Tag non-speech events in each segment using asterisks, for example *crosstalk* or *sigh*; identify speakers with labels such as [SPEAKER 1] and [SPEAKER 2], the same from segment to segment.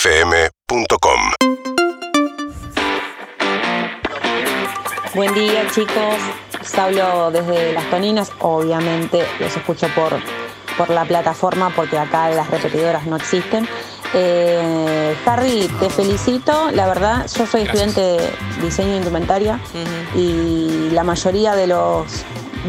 [SPEAKER 1] UrbanaPlayFM.com
[SPEAKER 2] Buen día chicos, les hablo desde Las Toninas, obviamente los escucho por, por la plataforma porque acá las repetidoras no existen. Eh, Harry, te felicito, la verdad, yo soy estudiante de diseño e indumentaria y la mayoría de los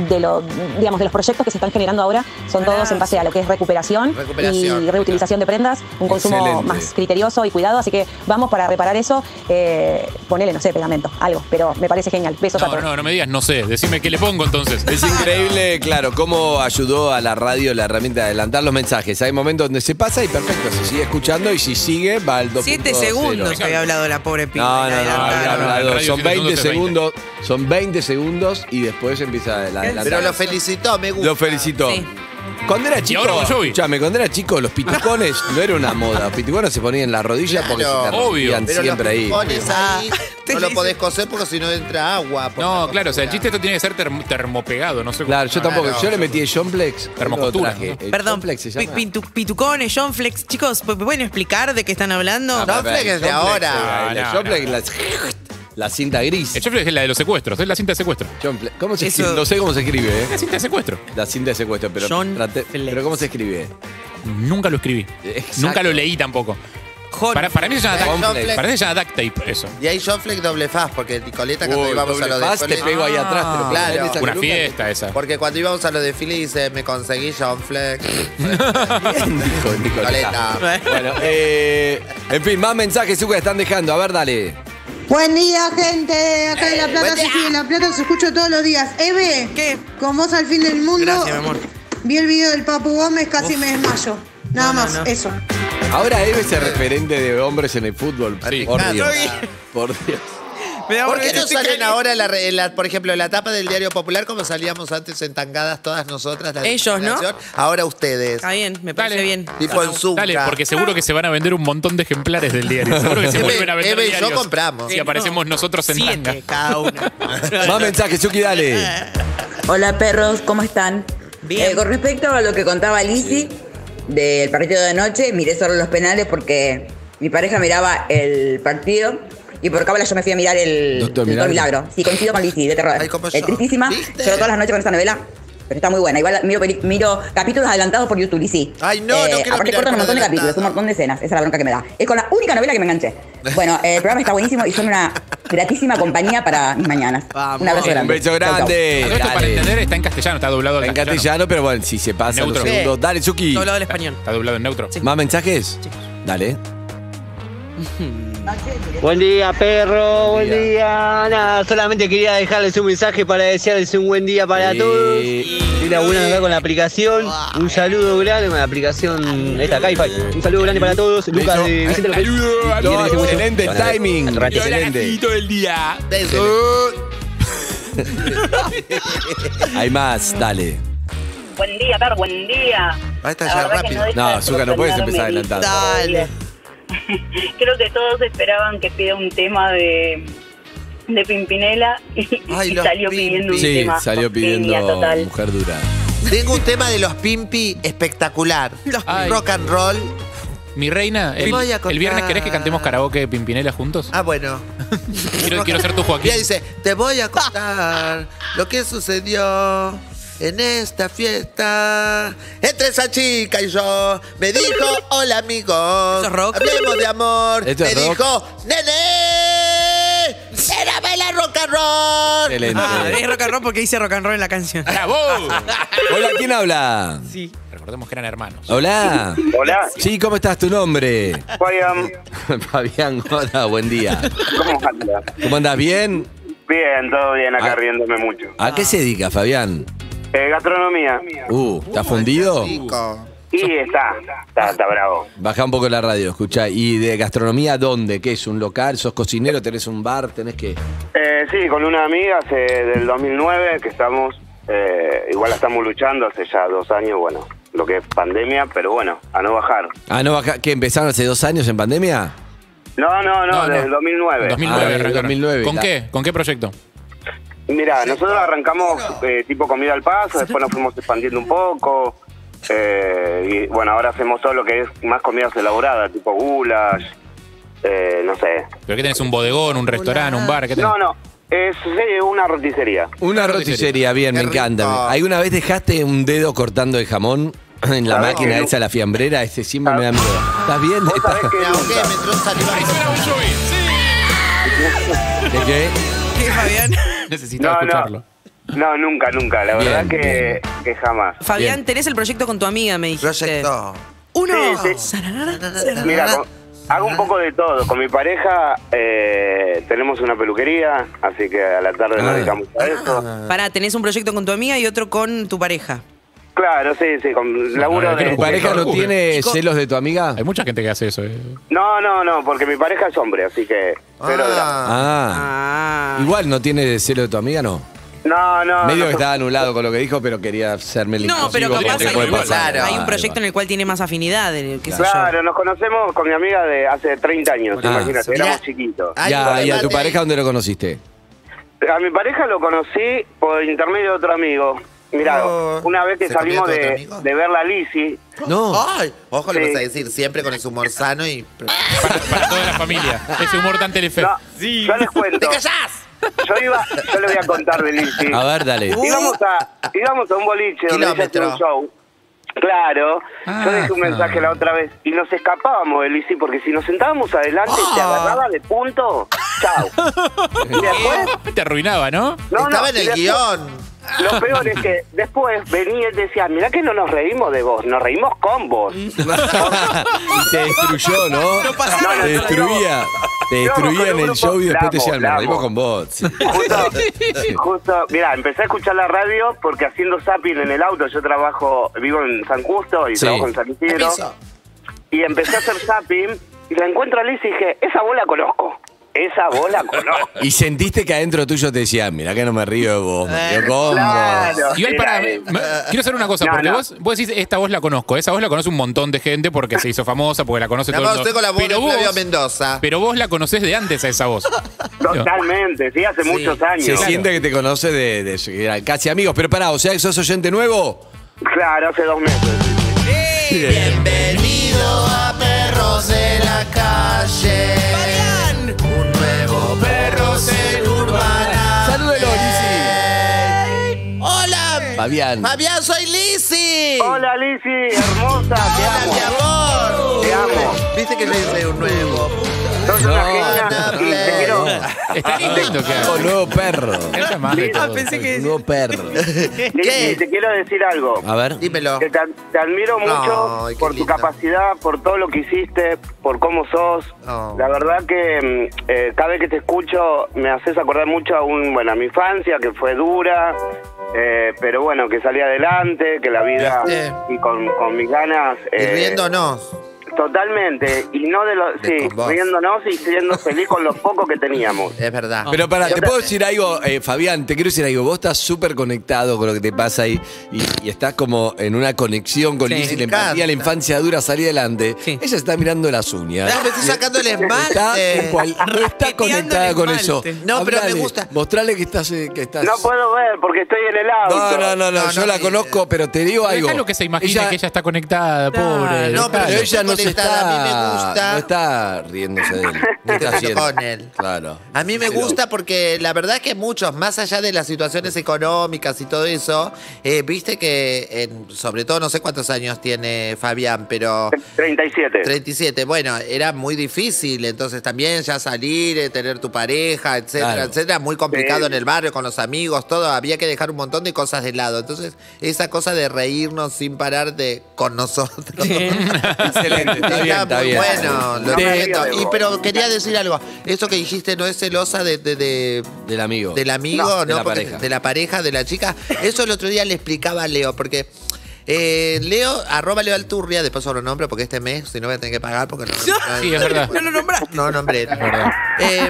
[SPEAKER 2] de los digamos de los proyectos que se están generando ahora son todos en base a lo que es recuperación,
[SPEAKER 3] Recuperación,
[SPEAKER 2] y reutilización de prendas, un consumo
[SPEAKER 4] Excelente.
[SPEAKER 2] más criterioso y cuidado, así que vamos para reparar eso, eh, ponele, no sé, pegamento, algo, pero me parece genial. Besos a
[SPEAKER 5] No,
[SPEAKER 2] todos.
[SPEAKER 5] no, no me digas, no sé. Decime qué le pongo entonces.
[SPEAKER 4] Es increíble, claro, cómo ayudó a la radio la herramienta de adelantar los mensajes. Hay momentos donde se pasa y perfecto, se sigue escuchando y si sigue va al 2.0.
[SPEAKER 3] Siete segundos había hablado la pobre piba.
[SPEAKER 4] No,
[SPEAKER 3] y
[SPEAKER 4] no, no, no,
[SPEAKER 3] adelantaron.
[SPEAKER 4] no, no,
[SPEAKER 5] En radio
[SPEAKER 4] son
[SPEAKER 5] siete
[SPEAKER 4] 20
[SPEAKER 5] segundos es 20.
[SPEAKER 4] segundos, son 20 segundos y después empieza a adelantar.
[SPEAKER 3] Pero lo
[SPEAKER 6] felicitó, me gusta.
[SPEAKER 4] Lo felicito.
[SPEAKER 3] Sí.
[SPEAKER 4] Cuando era chico,
[SPEAKER 5] ahora con Joey.
[SPEAKER 4] escuchame, cuando era chico, los pitucones no era una moda. Los pitucones se ponían en la rodilla porque
[SPEAKER 6] Claro.
[SPEAKER 4] se te rompían
[SPEAKER 6] Pero
[SPEAKER 4] siempre
[SPEAKER 6] los
[SPEAKER 4] ahí.
[SPEAKER 6] picones ahí
[SPEAKER 3] Ah, te
[SPEAKER 6] no lo
[SPEAKER 3] dice.
[SPEAKER 6] podés coser porque si no entra agua. por
[SPEAKER 5] No,
[SPEAKER 6] la
[SPEAKER 5] claro, o sea, el
[SPEAKER 6] costura.
[SPEAKER 5] chiste esto tiene que ser term- termopegado, no sé
[SPEAKER 4] Claro, yo
[SPEAKER 5] cómo-
[SPEAKER 4] tampoco.
[SPEAKER 6] Claro.
[SPEAKER 4] Yo le metí el Jomplex.
[SPEAKER 5] Termocostura,
[SPEAKER 4] lo traje.
[SPEAKER 5] ¿no?
[SPEAKER 4] El
[SPEAKER 3] Perdón,
[SPEAKER 4] Jonplex se
[SPEAKER 3] pi-
[SPEAKER 4] llama.
[SPEAKER 3] pintu- pitucones, John Flex. Chicos, ¿me pueden explicar de qué están hablando?
[SPEAKER 6] No, Jonflex es de
[SPEAKER 4] Jonflex,
[SPEAKER 6] ahora.
[SPEAKER 4] eh,
[SPEAKER 5] Ah, No,
[SPEAKER 4] la
[SPEAKER 5] no,
[SPEAKER 4] Jonflex, las- la cinta gris.
[SPEAKER 5] El chofer es la de los secuestros, es la cinta de secuestro.
[SPEAKER 4] Jonflex. ¿Cómo se
[SPEAKER 3] Eso-
[SPEAKER 4] escribe? No sé cómo se escribe,
[SPEAKER 5] La
[SPEAKER 4] ¿eh?
[SPEAKER 5] cinta de secuestro.
[SPEAKER 4] La cinta de secuestro, pero.
[SPEAKER 3] Jonflex.
[SPEAKER 4] pero ¿cómo se escribe?
[SPEAKER 5] Nunca lo escribí.
[SPEAKER 4] Exacto.
[SPEAKER 5] Nunca lo leí tampoco.
[SPEAKER 3] Jon-
[SPEAKER 5] Para, para mí se llama
[SPEAKER 6] Jonflex.
[SPEAKER 5] duct tape. Para mí se llama duct tape, eso.
[SPEAKER 6] Y hay Jonflex doble faz, porque Nicoleta cuando
[SPEAKER 4] Uy,
[SPEAKER 6] íbamos
[SPEAKER 4] doble
[SPEAKER 6] a los
[SPEAKER 4] pas, te
[SPEAKER 6] desfiles.
[SPEAKER 4] pego ahí atrás, te lo pongo
[SPEAKER 6] Claro.
[SPEAKER 4] en esa
[SPEAKER 5] Una
[SPEAKER 4] columna. *laughs*
[SPEAKER 5] fiesta esa.
[SPEAKER 6] Porque cuando íbamos a los desfiles dice, me conseguí Jonflex.
[SPEAKER 4] Dijo Nicoleta.
[SPEAKER 6] Nicoleta.
[SPEAKER 4] *laughs* Bueno, eh, en fin, más mensajes Zucca, están dejando. A ver, dale.
[SPEAKER 7] Buen día, gente. Acá de La Plata,
[SPEAKER 6] buen
[SPEAKER 7] yo soy de La Plata, se escucho todos los días. Eve,
[SPEAKER 3] Eh, ¿Qué?
[SPEAKER 7] con vos al fin del mundo.
[SPEAKER 3] Gracias, mi amor.
[SPEAKER 7] Vi el video del Papu Gómez, casi me desmayo. Nada
[SPEAKER 3] No, no,
[SPEAKER 7] más,
[SPEAKER 3] no.
[SPEAKER 7] eso.
[SPEAKER 4] Ahora Eve es el referente de hombres en el fútbol.
[SPEAKER 6] Ah,
[SPEAKER 5] Sí.
[SPEAKER 4] Por Dios.
[SPEAKER 3] Soy-
[SPEAKER 4] Por Dios.
[SPEAKER 5] *laughs*
[SPEAKER 3] Me da
[SPEAKER 6] ¿Por qué
[SPEAKER 3] vergüenza,
[SPEAKER 6] no
[SPEAKER 3] estoy
[SPEAKER 6] salen
[SPEAKER 3] caliente.
[SPEAKER 6] ahora, la re- la- por ejemplo, la tapa del Diario Popular como salíamos antes entangadas todas nosotras? la
[SPEAKER 3] Ellos, ¿no?
[SPEAKER 6] generación? Ahora ustedes.
[SPEAKER 3] Está bien, me parece
[SPEAKER 5] Dale.
[SPEAKER 3] bien.
[SPEAKER 6] Tipo en Zucca.
[SPEAKER 5] Dale, porque seguro que se van a vender un montón de ejemplares
[SPEAKER 4] *laughs*
[SPEAKER 5] del diario. Seguro que se
[SPEAKER 6] Eve-
[SPEAKER 5] vuelven a vender
[SPEAKER 6] Eve y yo
[SPEAKER 5] diarios.
[SPEAKER 6] compramos.
[SPEAKER 5] Y aparecemos
[SPEAKER 3] No,
[SPEAKER 5] nosotros en
[SPEAKER 3] siete
[SPEAKER 5] tanga.
[SPEAKER 3] cada uno.
[SPEAKER 4] Más mensajes, Suki, dale.
[SPEAKER 8] Hola perros, ¿cómo están?
[SPEAKER 3] Bien.
[SPEAKER 8] Eh, con respecto a lo que contaba Lizzy del partido de anoche, miré solo los penales porque mi pareja miraba el partido y por cábala yo me fui a mirar el
[SPEAKER 4] Doctor
[SPEAKER 8] el
[SPEAKER 4] Milagro.
[SPEAKER 8] Sí, coincido con Lizzy, de terror.
[SPEAKER 6] Ay, como
[SPEAKER 8] Es
[SPEAKER 6] yo.
[SPEAKER 8] tristísima.
[SPEAKER 6] ¿Viste?
[SPEAKER 8] Lloro todas las noches con esa novela. Pero está muy buena. Igual miro, peli- miro capítulos adelantados por YouTube, Lizzy. Eh,
[SPEAKER 6] Ay, no, no quiero
[SPEAKER 8] Aparte
[SPEAKER 6] mirar
[SPEAKER 8] cortan
[SPEAKER 6] por
[SPEAKER 8] un montón de
[SPEAKER 6] adelantado.
[SPEAKER 8] capítulos, un montón de escenas. Esa es la bronca que me da. Es con la única novela que me
[SPEAKER 6] *laughs*
[SPEAKER 8] enganché. Bueno, eh, el programa está buenísimo y son una gratísima compañía para mis mañanas.
[SPEAKER 3] Vamos.
[SPEAKER 8] un abrazo
[SPEAKER 4] Un
[SPEAKER 8] grande.
[SPEAKER 4] beso
[SPEAKER 8] Chau, chau.
[SPEAKER 4] grande.
[SPEAKER 5] Todo esto para
[SPEAKER 4] Eh, Dale.
[SPEAKER 5] entender está en castellano, está doblado al
[SPEAKER 4] En
[SPEAKER 5] castellano.
[SPEAKER 4] castellano, pero bueno, si se pasa los
[SPEAKER 5] Neutro.
[SPEAKER 4] segundos. Dale, Suki.
[SPEAKER 3] Todo hablado del español.
[SPEAKER 5] Está doblado en neutro.
[SPEAKER 4] ¿Más mensajes? Dale.
[SPEAKER 9] Buen día, perro. Buen
[SPEAKER 4] día.
[SPEAKER 9] día. Nada, solamente quería dejarles un mensaje para desearles un buen día para
[SPEAKER 4] Sí.
[SPEAKER 9] todos. Estoy laburando acá con la aplicación. Un saludo grande con la aplicación esta Hi-Fi. Un saludo grande para todos. Lucas de Vicente López.
[SPEAKER 4] Saludos,
[SPEAKER 9] Y
[SPEAKER 4] saludos.
[SPEAKER 9] Enrique Bueso.
[SPEAKER 4] Excelente
[SPEAKER 9] Buenas noches.
[SPEAKER 4] timing.
[SPEAKER 9] Al rato.
[SPEAKER 4] Excelente.
[SPEAKER 5] todo el día.
[SPEAKER 4] Hay más, dale.
[SPEAKER 10] Buen día, Tar, buen día.
[SPEAKER 6] Ahí está
[SPEAKER 10] La
[SPEAKER 6] ya,
[SPEAKER 10] verdad que
[SPEAKER 6] rápido.
[SPEAKER 10] deja
[SPEAKER 4] No,
[SPEAKER 10] de
[SPEAKER 4] Zucca, no puedes empezar
[SPEAKER 10] sorprenderme.
[SPEAKER 4] adelantado.
[SPEAKER 3] Dale.
[SPEAKER 10] *laughs* Creo que todos esperaban que pida un tema de, de Pimpinela *laughs* y,
[SPEAKER 6] Ay,
[SPEAKER 10] y
[SPEAKER 6] los
[SPEAKER 10] salió
[SPEAKER 6] Pimpi.
[SPEAKER 10] pidiendo un
[SPEAKER 4] Sí,
[SPEAKER 10] tema.
[SPEAKER 4] salió pidiendo
[SPEAKER 10] Genia total.
[SPEAKER 4] mujer dura.
[SPEAKER 6] Tengo un tema de los Pimpi espectacular.
[SPEAKER 3] Los
[SPEAKER 5] Ay.
[SPEAKER 6] Rock and roll.
[SPEAKER 5] Mi reina, el,
[SPEAKER 6] voy a
[SPEAKER 5] el viernes
[SPEAKER 6] contar.
[SPEAKER 5] querés que cantemos karaoke de Pimpinela juntos?
[SPEAKER 6] Ah, bueno.
[SPEAKER 5] Quiero, quiero ser tu Joaquín.
[SPEAKER 6] Ella dice, te voy a contar lo que sucedió en esta fiesta. Entre esa chica y yo, me dijo, hola amigo,
[SPEAKER 3] ¿Eso es rock?
[SPEAKER 6] hablemos de amor.
[SPEAKER 4] ¿Esto
[SPEAKER 6] Me
[SPEAKER 4] es rock?
[SPEAKER 6] dijo, nene, era bailar rock and roll.
[SPEAKER 4] Excelente.
[SPEAKER 3] Ah, es rock and roll porque dice rock and roll en la canción. *laughs*
[SPEAKER 5] ¡Bravo!
[SPEAKER 6] *laughs*
[SPEAKER 4] Hola, ¿quién habla?
[SPEAKER 3] Sí.
[SPEAKER 5] Recordemos que eran hermanos.
[SPEAKER 4] Hola.
[SPEAKER 11] Hola,
[SPEAKER 4] Sí, ¿cómo estás? ¿Tu nombre? *laughs*
[SPEAKER 11] Fabián.
[SPEAKER 4] Fabián, hola, buen día.
[SPEAKER 11] ¿Cómo andas?
[SPEAKER 4] ¿Cómo andas? ¿Bien?
[SPEAKER 11] Bien, todo bien, acá
[SPEAKER 4] Ah.
[SPEAKER 11] riéndome mucho.
[SPEAKER 4] ¿A qué se dedica, Fabián?
[SPEAKER 11] Eh, gastronomía.
[SPEAKER 4] Uh, ¿estás fundido?
[SPEAKER 6] Chico.
[SPEAKER 11] Y está, está, está bravo.
[SPEAKER 4] Baja un poco la radio, escucha. ¿Y de gastronomía dónde? ¿Qué es? ¿Un local? ¿Sos cocinero? ¿Tenés un bar? ¿Tenés que...?
[SPEAKER 11] Eh, sí, con una amiga hace del 2009 que estamos, eh, igual la estamos luchando hace ya dos años, bueno, lo que es pandemia, pero bueno, a no bajar.
[SPEAKER 4] Ah, no, baja... ¿Qué, empezaron hace dos años en pandemia?
[SPEAKER 11] No, no, no, desde el 2009.
[SPEAKER 5] 2009,
[SPEAKER 4] Ah, desde el
[SPEAKER 5] arrancaron.
[SPEAKER 4] 2009,
[SPEAKER 5] ¿Con
[SPEAKER 4] la-
[SPEAKER 5] qué? ¿Con qué proyecto?
[SPEAKER 11] Mira, nosotros arrancamos eh, tipo comida al paso, después nos fuimos expandiendo un poco. Eh, y bueno, ahora hacemos todo lo que es más comidas elaboradas, tipo goulash, eh, no sé.
[SPEAKER 5] ¿Pero qué tenés? ¿Un bodegón, un restaurante, un bar? ¿Qué tenés?
[SPEAKER 11] No, no, es eh, una roticería.
[SPEAKER 4] Una roticería, bien, me encanta. ¿Alguna vez dejaste un dedo cortando el jamón en la
[SPEAKER 11] Claro,
[SPEAKER 4] máquina
[SPEAKER 11] que no.
[SPEAKER 4] esa, la fiambrera? Ese siempre me da miedo. ¿Estás bien? ¿De qué?
[SPEAKER 3] ¿Qué, Fabián?
[SPEAKER 5] Necesitaba
[SPEAKER 11] No, no.
[SPEAKER 5] escucharlo.
[SPEAKER 11] *laughs* No, nunca, nunca, la
[SPEAKER 4] Bien,
[SPEAKER 11] verdad que, que jamás.
[SPEAKER 3] Fabián, tenés el proyecto con tu amiga, me dijiste.
[SPEAKER 6] Proyecto.
[SPEAKER 3] Uno.
[SPEAKER 11] Sí, sí.
[SPEAKER 3] Sararara, sararara.
[SPEAKER 11] Mira, con- hago un poco de todo. Con mi pareja eh, tenemos una peluquería, así que a la tarde
[SPEAKER 4] Ah.
[SPEAKER 11] nos dedicamos a eso.
[SPEAKER 3] Pará, tenés un proyecto con tu amiga y otro con tu pareja.
[SPEAKER 11] Claro, sí, sí, con laburo
[SPEAKER 5] no,
[SPEAKER 11] de...
[SPEAKER 5] no,
[SPEAKER 4] ¿Tu pareja no
[SPEAKER 5] Uy.
[SPEAKER 4] tiene
[SPEAKER 3] Chico.
[SPEAKER 4] celos de tu amiga?
[SPEAKER 5] Hay mucha gente que hace eso. eh.
[SPEAKER 11] No, no, no, porque mi pareja es hombre, así que... Pero
[SPEAKER 4] Ah.
[SPEAKER 3] Ah.
[SPEAKER 4] Igual no tiene celos de tu amiga, Ah, no.
[SPEAKER 11] no, no,
[SPEAKER 4] Medio que
[SPEAKER 11] no,
[SPEAKER 4] estaba anulado con lo que dijo, pero quería hacerme el
[SPEAKER 3] No, pero
[SPEAKER 4] inclusivo,
[SPEAKER 3] capaz
[SPEAKER 4] porque
[SPEAKER 3] hay,
[SPEAKER 4] puede
[SPEAKER 3] un-
[SPEAKER 4] pasar.
[SPEAKER 3] hay
[SPEAKER 4] Ah,
[SPEAKER 3] un proyecto en
[SPEAKER 4] ahí
[SPEAKER 3] el cual tiene más afinidad. eh, qué sé yo.
[SPEAKER 11] Claro, nos conocemos con mi amiga de hace 30 años,
[SPEAKER 4] Ah.
[SPEAKER 11] imagínate,
[SPEAKER 6] Mirá.
[SPEAKER 11] éramos chiquitos.
[SPEAKER 4] va.
[SPEAKER 6] Ay,
[SPEAKER 4] Ya,
[SPEAKER 6] porque
[SPEAKER 4] ¿Y a tu
[SPEAKER 6] aparte-
[SPEAKER 4] pareja dónde lo conociste?
[SPEAKER 11] A mi pareja lo conocí por intermedio de otro amigo. Mirá,
[SPEAKER 6] Oh.
[SPEAKER 11] una vez que
[SPEAKER 6] ¿Se copió
[SPEAKER 11] salimos
[SPEAKER 6] de otro
[SPEAKER 11] de,
[SPEAKER 6] amigo?
[SPEAKER 11] de ver la Lisi,
[SPEAKER 4] No.
[SPEAKER 6] *laughs* Ay, ojo le
[SPEAKER 11] Sí.
[SPEAKER 6] vas a decir, siempre con el humor sano y...
[SPEAKER 5] Para, para toda la familia. Ese humor tan telefe.
[SPEAKER 11] no,
[SPEAKER 4] *laughs*
[SPEAKER 11] yo les cuento. Yo iba, yo le voy a contar de Lisi.
[SPEAKER 4] A ver,
[SPEAKER 11] *laughs*
[SPEAKER 4] dale.
[SPEAKER 11] Eh, Íbamos a, íbamos a un boliche donde ella hacía un
[SPEAKER 6] Kilómetro. Ah.
[SPEAKER 11] show. Claro, yo dejé un
[SPEAKER 5] Ajá.
[SPEAKER 11] mensaje la otra vez y nos escapábamos de Lisi porque si nos sentábamos adelante te
[SPEAKER 6] Ah.
[SPEAKER 11] agarraba de punto,
[SPEAKER 6] *laughs*
[SPEAKER 11] chao. Y después,
[SPEAKER 5] Te arruinaba, ¿no?
[SPEAKER 11] no, no,
[SPEAKER 6] Estaba en
[SPEAKER 11] y
[SPEAKER 6] el
[SPEAKER 11] después-
[SPEAKER 6] guión.
[SPEAKER 11] Lo peor es que después venía y decía, mirá que no nos reímos de vos, nos reímos con
[SPEAKER 6] *laughs*
[SPEAKER 11] vos.
[SPEAKER 4] te destruyó, ¿no?
[SPEAKER 3] No pasaba nada.
[SPEAKER 4] te destruía. Te
[SPEAKER 11] Íbamos con
[SPEAKER 4] destruía
[SPEAKER 11] un
[SPEAKER 4] en el
[SPEAKER 11] grupo-
[SPEAKER 4] show y después te
[SPEAKER 11] la amo,
[SPEAKER 4] decían,
[SPEAKER 11] la
[SPEAKER 4] me reímos
[SPEAKER 11] amo".
[SPEAKER 4] con vos.
[SPEAKER 11] *laughs*
[SPEAKER 4] Sí.
[SPEAKER 11] Justo, justo, mira, empecé a escuchar la radio porque haciendo zapping en el auto, yo trabajo, vivo en San Justo y
[SPEAKER 4] Sí.
[SPEAKER 11] trabajo en San Isidro. Y empecé a hacer zapping y la encuentro a Liz y dije, esa bola conozco, esa bola conozco.
[SPEAKER 4] Y sentiste que adentro tuyo te decían, mirá que no me río de vos, me río con vos.
[SPEAKER 11] Claro,
[SPEAKER 5] Igual
[SPEAKER 11] era
[SPEAKER 5] para.
[SPEAKER 11] él.
[SPEAKER 5] Quiero hacer una cosa,
[SPEAKER 11] No,
[SPEAKER 5] porque
[SPEAKER 11] no.
[SPEAKER 5] vos, vos decís, esta voz la conozco. Esa voz la conoce un montón de gente porque se hizo famosa, porque la conoce
[SPEAKER 6] La
[SPEAKER 5] todo el
[SPEAKER 6] voz,
[SPEAKER 5] mundo.
[SPEAKER 6] estoy con la voz de
[SPEAKER 5] pero,
[SPEAKER 6] Flavio
[SPEAKER 5] vos,
[SPEAKER 6] Mendoza.
[SPEAKER 5] pero vos la conocés de antes a esa voz.
[SPEAKER 11] Totalmente, sí, hace muchos años.
[SPEAKER 4] Se siente que te conoce de, de- que eran casi amigos. Pero pará, o sea, ¿sos oyente nuevo?
[SPEAKER 11] Claro, hace dos meses.
[SPEAKER 6] Bienvenido a Perros de la Calle. Un nuevo Perros en Urbana.
[SPEAKER 4] Salúdelo,
[SPEAKER 6] Hola.
[SPEAKER 4] Fabián.
[SPEAKER 6] Fabián, soy Lizzy.
[SPEAKER 11] Hola Lizzy, hermosa, te
[SPEAKER 6] Hola, mi
[SPEAKER 11] amo.
[SPEAKER 6] amor.
[SPEAKER 11] Te amo.
[SPEAKER 6] Viste que le hice un nuevo.
[SPEAKER 11] Sos una genia
[SPEAKER 6] no,
[SPEAKER 11] y te
[SPEAKER 6] no.
[SPEAKER 11] *laughs* quiero.
[SPEAKER 5] Está lindo que
[SPEAKER 4] O nuevo perro.
[SPEAKER 5] Esa madre
[SPEAKER 11] Sí,
[SPEAKER 5] todo.
[SPEAKER 3] pensé que-
[SPEAKER 4] Nuevo perro.
[SPEAKER 11] Lizzy, te quiero decir algo.
[SPEAKER 4] A ver.
[SPEAKER 6] Dímelo.
[SPEAKER 11] Que te, te admiro
[SPEAKER 6] No,
[SPEAKER 11] mucho
[SPEAKER 6] ay, qué
[SPEAKER 11] por tu
[SPEAKER 6] linda.
[SPEAKER 11] capacidad, por todo lo que hiciste, por cómo sos.
[SPEAKER 6] No.
[SPEAKER 11] La verdad que mm, eh, cada vez que te escucho me haces acordar mucho a, un, bueno, a mi infancia, que fue dura, eh, pero bueno, que salí adelante, que la vida
[SPEAKER 6] ¿Viste?
[SPEAKER 11] y con, con mis ganas...
[SPEAKER 6] Y
[SPEAKER 11] eh,
[SPEAKER 6] riéndonos.
[SPEAKER 11] Totalmente, y no de los...
[SPEAKER 6] De
[SPEAKER 11] Sí,
[SPEAKER 6] con vos.
[SPEAKER 11] riéndonos y siendo feliz con lo poco que
[SPEAKER 6] *laughs*
[SPEAKER 11] teníamos.
[SPEAKER 6] Es verdad.
[SPEAKER 5] Ah.
[SPEAKER 4] Pero pará, te
[SPEAKER 11] Siempre-
[SPEAKER 4] puedo decir algo, eh, Fabián, te quiero decir algo. Vos estás súper conectado con lo que te pasa ahí y, y estás como en una conexión con
[SPEAKER 3] Sí.
[SPEAKER 4] Liz y la
[SPEAKER 6] Me encanta.
[SPEAKER 4] empatía, la infancia dura, salir adelante.
[SPEAKER 3] Sí.
[SPEAKER 4] Ella está mirando las uñas.
[SPEAKER 6] Ah, me estoy sacando el
[SPEAKER 4] Está
[SPEAKER 6] esmalte.
[SPEAKER 4] cual- no está
[SPEAKER 3] Rasqueteando
[SPEAKER 4] conectada
[SPEAKER 3] el
[SPEAKER 4] con
[SPEAKER 3] esmalte.
[SPEAKER 4] eso.
[SPEAKER 6] No, pero me
[SPEAKER 4] Hablale,
[SPEAKER 6] gusta.
[SPEAKER 4] Mostrale que estás. eh, Que estás
[SPEAKER 11] No puedo ver porque estoy en el auto.
[SPEAKER 4] no, no, no, no,
[SPEAKER 6] No, eh,
[SPEAKER 4] yo
[SPEAKER 6] no,
[SPEAKER 4] la
[SPEAKER 6] sí.
[SPEAKER 4] conozco, pero te digo
[SPEAKER 5] Pero
[SPEAKER 4] algo.
[SPEAKER 5] dejalo que se imagine que ella está conectada,
[SPEAKER 3] Claro.
[SPEAKER 5] pobre.
[SPEAKER 4] Pero
[SPEAKER 6] No, pero
[SPEAKER 5] dejalo.
[SPEAKER 6] yo-
[SPEAKER 4] ella no se
[SPEAKER 6] conectada,
[SPEAKER 4] está.
[SPEAKER 6] a mí me gusta.
[SPEAKER 4] No está riéndose de él.
[SPEAKER 6] *laughs*
[SPEAKER 4] No está
[SPEAKER 6] Estoy
[SPEAKER 4] haciendo.
[SPEAKER 6] con él.
[SPEAKER 4] Claro.
[SPEAKER 6] A mí me
[SPEAKER 4] Pero- *laughs*
[SPEAKER 6] gusta porque la verdad es que muchos, más allá de las situaciones económicas y todo eso, eh, viste que, en- sobre todo no sé cuántos años tiene Fabián, pero
[SPEAKER 11] 37.
[SPEAKER 6] 37, bueno, era muy difícil, entonces también ya salir, eh, tener tu pareja, etcétera,
[SPEAKER 4] Claro.
[SPEAKER 6] etcétera, muy complicado
[SPEAKER 11] Sí.
[SPEAKER 6] en el barrio, con los amigos, todo, había que dejar un montón de cosas de lado. Entonces, esa cosa de reírnos sin parar de con nosotros.
[SPEAKER 5] Eh,
[SPEAKER 4] Excelente, está bien, está
[SPEAKER 6] muy
[SPEAKER 4] bien.
[SPEAKER 6] Bueno, lo
[SPEAKER 11] Te-
[SPEAKER 6] entiendo. Y, pero quería decir algo. Eso que dijiste no es celosa de, de- de-
[SPEAKER 4] Del amigo.
[SPEAKER 6] del amigo,
[SPEAKER 4] No,
[SPEAKER 6] ¿no?
[SPEAKER 4] de la
[SPEAKER 6] Porque-
[SPEAKER 4] pareja.
[SPEAKER 6] de la pareja, de la chica. Eso el otro día le explicaba a Leo, porque eh, Leo, arroba Leo Alturria, después solo nombre, porque este mes, si no voy a tener que pagar, porque no. no-
[SPEAKER 5] Sí, es verdad.
[SPEAKER 3] No lo nombraste.
[SPEAKER 6] No nombré. Eh,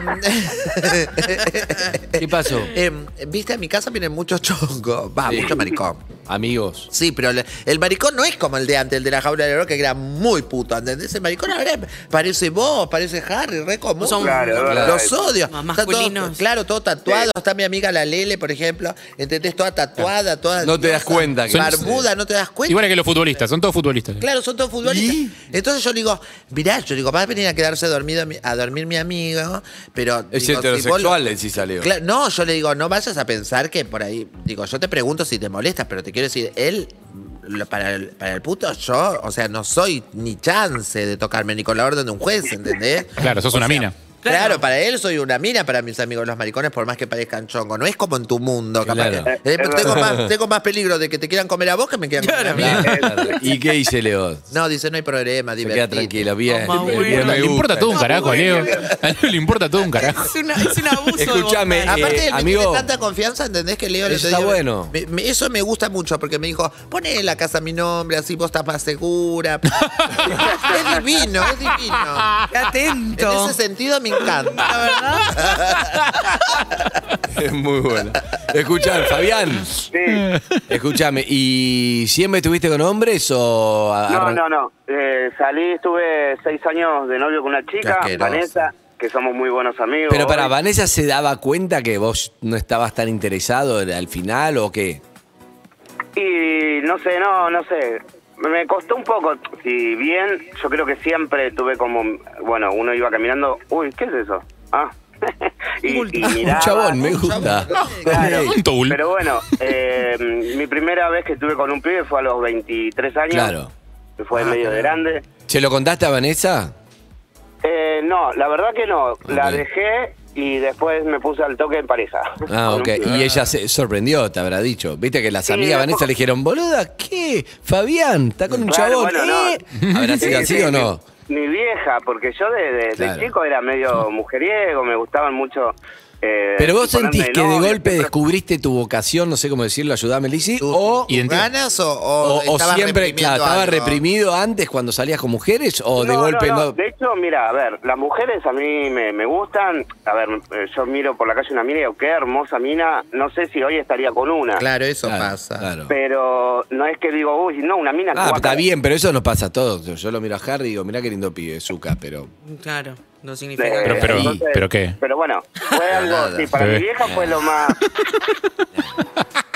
[SPEAKER 6] *laughs*
[SPEAKER 4] ¿Qué pasó?
[SPEAKER 6] Eh, Em, Viste, a mi casa vienen muchos chongos. Va, mucho maricón.
[SPEAKER 4] Amigos.
[SPEAKER 6] Sí, pero le- el maricón no es como el de antes, el de la jaula del oro, que era muy puto, ¿entendés? El maricón ahora parece vos, parece Harry, re común.
[SPEAKER 3] Son-
[SPEAKER 11] Claro, es verdad.
[SPEAKER 6] Los odio.
[SPEAKER 3] Más
[SPEAKER 6] Está todo-
[SPEAKER 3] masculinos.
[SPEAKER 6] claro, todo tatuado. Está mi amiga la Lele, por ejemplo. ¿Entendés? Toda tatuada, toda.
[SPEAKER 4] Eh, No te das cuenta que-
[SPEAKER 6] Barbuda, no te das cuenta.
[SPEAKER 5] Igual que los futbolistas, son todos futbolistas.
[SPEAKER 6] Claro, son todos futbolistas. Entonces yo le digo, mirá, yo le digo, vas a venir a quedarse dormido a mi- a dormir mi amigo, ¿no? pero...
[SPEAKER 4] Es
[SPEAKER 6] digo, si vos lo-
[SPEAKER 4] heterosexual en sí salió.
[SPEAKER 6] Claro, no, yo le digo, no vayas a pensar que por ahí, digo, yo te pregunto si te molestas, pero te quiero decir, él, mm, lo- para el, para el puto, yo, o sea, no soy ni chance de tocarme ni con la orden de un juez, ¿entendés?
[SPEAKER 5] Claro, sos
[SPEAKER 6] O
[SPEAKER 5] una
[SPEAKER 6] sea,
[SPEAKER 5] mina.
[SPEAKER 6] Claro. para él soy una mina, para mis amigos los maricones, por más que parezcan chongo. No es como en tu mundo, capaz.
[SPEAKER 4] Claro.
[SPEAKER 6] que- eh,
[SPEAKER 11] Es
[SPEAKER 6] tengo,
[SPEAKER 11] verdad.
[SPEAKER 6] más, tengo más peligro de que te quieran comer a vos que me quieran comer a mí. *laughs*
[SPEAKER 4] Claro. ¿Y qué dice León?
[SPEAKER 6] No, dice, no hay problema,
[SPEAKER 4] Se queda
[SPEAKER 6] divertido.
[SPEAKER 4] tranquilo, bien.
[SPEAKER 3] Toma,
[SPEAKER 4] bien,
[SPEAKER 3] bueno.
[SPEAKER 4] me
[SPEAKER 5] Le importa
[SPEAKER 4] gusta.
[SPEAKER 5] todo un carajo, Leo. *laughs* A Leo le importa todo un carajo.
[SPEAKER 3] Es, una- es un abuso. de
[SPEAKER 4] Escuchame,
[SPEAKER 3] vocal.
[SPEAKER 4] eh,
[SPEAKER 6] Aparte, él me
[SPEAKER 4] amigo-
[SPEAKER 6] tiene tanta confianza, ¿entendés que Leo le
[SPEAKER 4] Eso
[SPEAKER 6] te
[SPEAKER 4] está
[SPEAKER 6] digo,
[SPEAKER 4] bueno.
[SPEAKER 6] me- me- eso me gusta mucho porque me dijo, poné la casa a mi nombre, así vos estás más segura. *laughs* es divino, es divino.
[SPEAKER 3] Qué
[SPEAKER 6] En
[SPEAKER 3] atento.
[SPEAKER 6] ese sentido me encanta.
[SPEAKER 3] La verdad.
[SPEAKER 4] *laughs* Es muy bueno. Escuchame, Fabián.
[SPEAKER 11] Sí.
[SPEAKER 4] Escuchame, ¿y siempre estuviste con hombres o.?
[SPEAKER 11] No,
[SPEAKER 4] arran-
[SPEAKER 11] no, no. Eh, salí, estuve seis años de novio con una chica,
[SPEAKER 6] Qué asqueroso.
[SPEAKER 11] Vanessa, que somos muy buenos amigos.
[SPEAKER 4] Pero para,
[SPEAKER 11] hoy.
[SPEAKER 4] ¿Vanessa se daba cuenta que vos no estabas tan interesado al final o qué?
[SPEAKER 11] Y no sé, no, no sé. Me costó un poco. Si bien, yo creo que siempre tuve como. Bueno, uno iba caminando. Uy, ¿qué es eso? Ah. *laughs* y, y miraba.
[SPEAKER 4] Un chabón, me gusta. *laughs*
[SPEAKER 11] Claro.
[SPEAKER 5] Un tool.
[SPEAKER 11] Pero bueno, eh, mi primera vez que estuve con un pibe fue a los 23 años.
[SPEAKER 4] Claro. Ah,
[SPEAKER 11] que Fue medio de grande.
[SPEAKER 4] ¿Se lo contaste a Vanessa?
[SPEAKER 11] Eh, no, la verdad que no. La
[SPEAKER 4] Ok.
[SPEAKER 11] dejé y después me puse al toque en pareja.
[SPEAKER 4] Ah,
[SPEAKER 11] Con
[SPEAKER 4] ok.
[SPEAKER 11] un pibe.
[SPEAKER 4] Y ella se sorprendió, te habrá dicho. Viste que las
[SPEAKER 11] Sí,
[SPEAKER 4] amigas de
[SPEAKER 11] después-
[SPEAKER 4] Vanessa le dijeron, boluda, ¿qué? Fabián, está con un
[SPEAKER 11] Claro,
[SPEAKER 4] chabón.
[SPEAKER 11] bueno, no.
[SPEAKER 4] ¿eh?". *laughs* ¿Habrá sido
[SPEAKER 11] Sí,
[SPEAKER 4] así
[SPEAKER 11] sí,
[SPEAKER 4] o no?
[SPEAKER 11] Mi, mi vieja, porque yo de, de- de
[SPEAKER 4] Claro.
[SPEAKER 11] chico era medio
[SPEAKER 4] *laughs*
[SPEAKER 11] mujeriego, me gustaban mucho. eh,
[SPEAKER 4] Pero vos
[SPEAKER 11] ponerme
[SPEAKER 4] sentís que de
[SPEAKER 11] novio,
[SPEAKER 4] golpe
[SPEAKER 11] siempre-
[SPEAKER 4] descubriste tu vocación, no sé cómo decirlo, ayudame, Lizzy,
[SPEAKER 6] ¿Tú-
[SPEAKER 4] o,
[SPEAKER 6] tus
[SPEAKER 5] Identidad.
[SPEAKER 6] ganas o,
[SPEAKER 4] o-
[SPEAKER 6] o,
[SPEAKER 4] o
[SPEAKER 6] estabas
[SPEAKER 4] siempre,
[SPEAKER 6] reprimiendo
[SPEAKER 4] claro, estaba
[SPEAKER 6] algo?
[SPEAKER 4] reprimido antes cuando salías con mujeres, o de
[SPEAKER 11] No, no,
[SPEAKER 4] golpe no.
[SPEAKER 11] no. De hecho, mira, a ver, las mujeres a mí me, me gustan. A ver, eh, yo miro por la calle una mina y digo, qué hermosa mina. No sé si hoy estaría con una.
[SPEAKER 6] Claro, eso
[SPEAKER 4] Claro,
[SPEAKER 6] pasa.
[SPEAKER 4] claro.
[SPEAKER 11] Pero no es que digo, uy, no, una mina.
[SPEAKER 4] Ah,
[SPEAKER 11] guaca".
[SPEAKER 4] está bien, pero eso nos pasa a todos. Yo lo miro a Harry y digo, mirá qué lindo pibe, Zuka, pero.
[SPEAKER 3] Claro, no
[SPEAKER 11] Eh,
[SPEAKER 3] significa.
[SPEAKER 5] Pero- pero-
[SPEAKER 11] entonces-
[SPEAKER 5] ¿pero qué?
[SPEAKER 11] Pero bueno, fue algo,
[SPEAKER 6] nada.
[SPEAKER 11] sí, para
[SPEAKER 5] Se
[SPEAKER 11] mi
[SPEAKER 5] ve.
[SPEAKER 11] vieja fue lo más...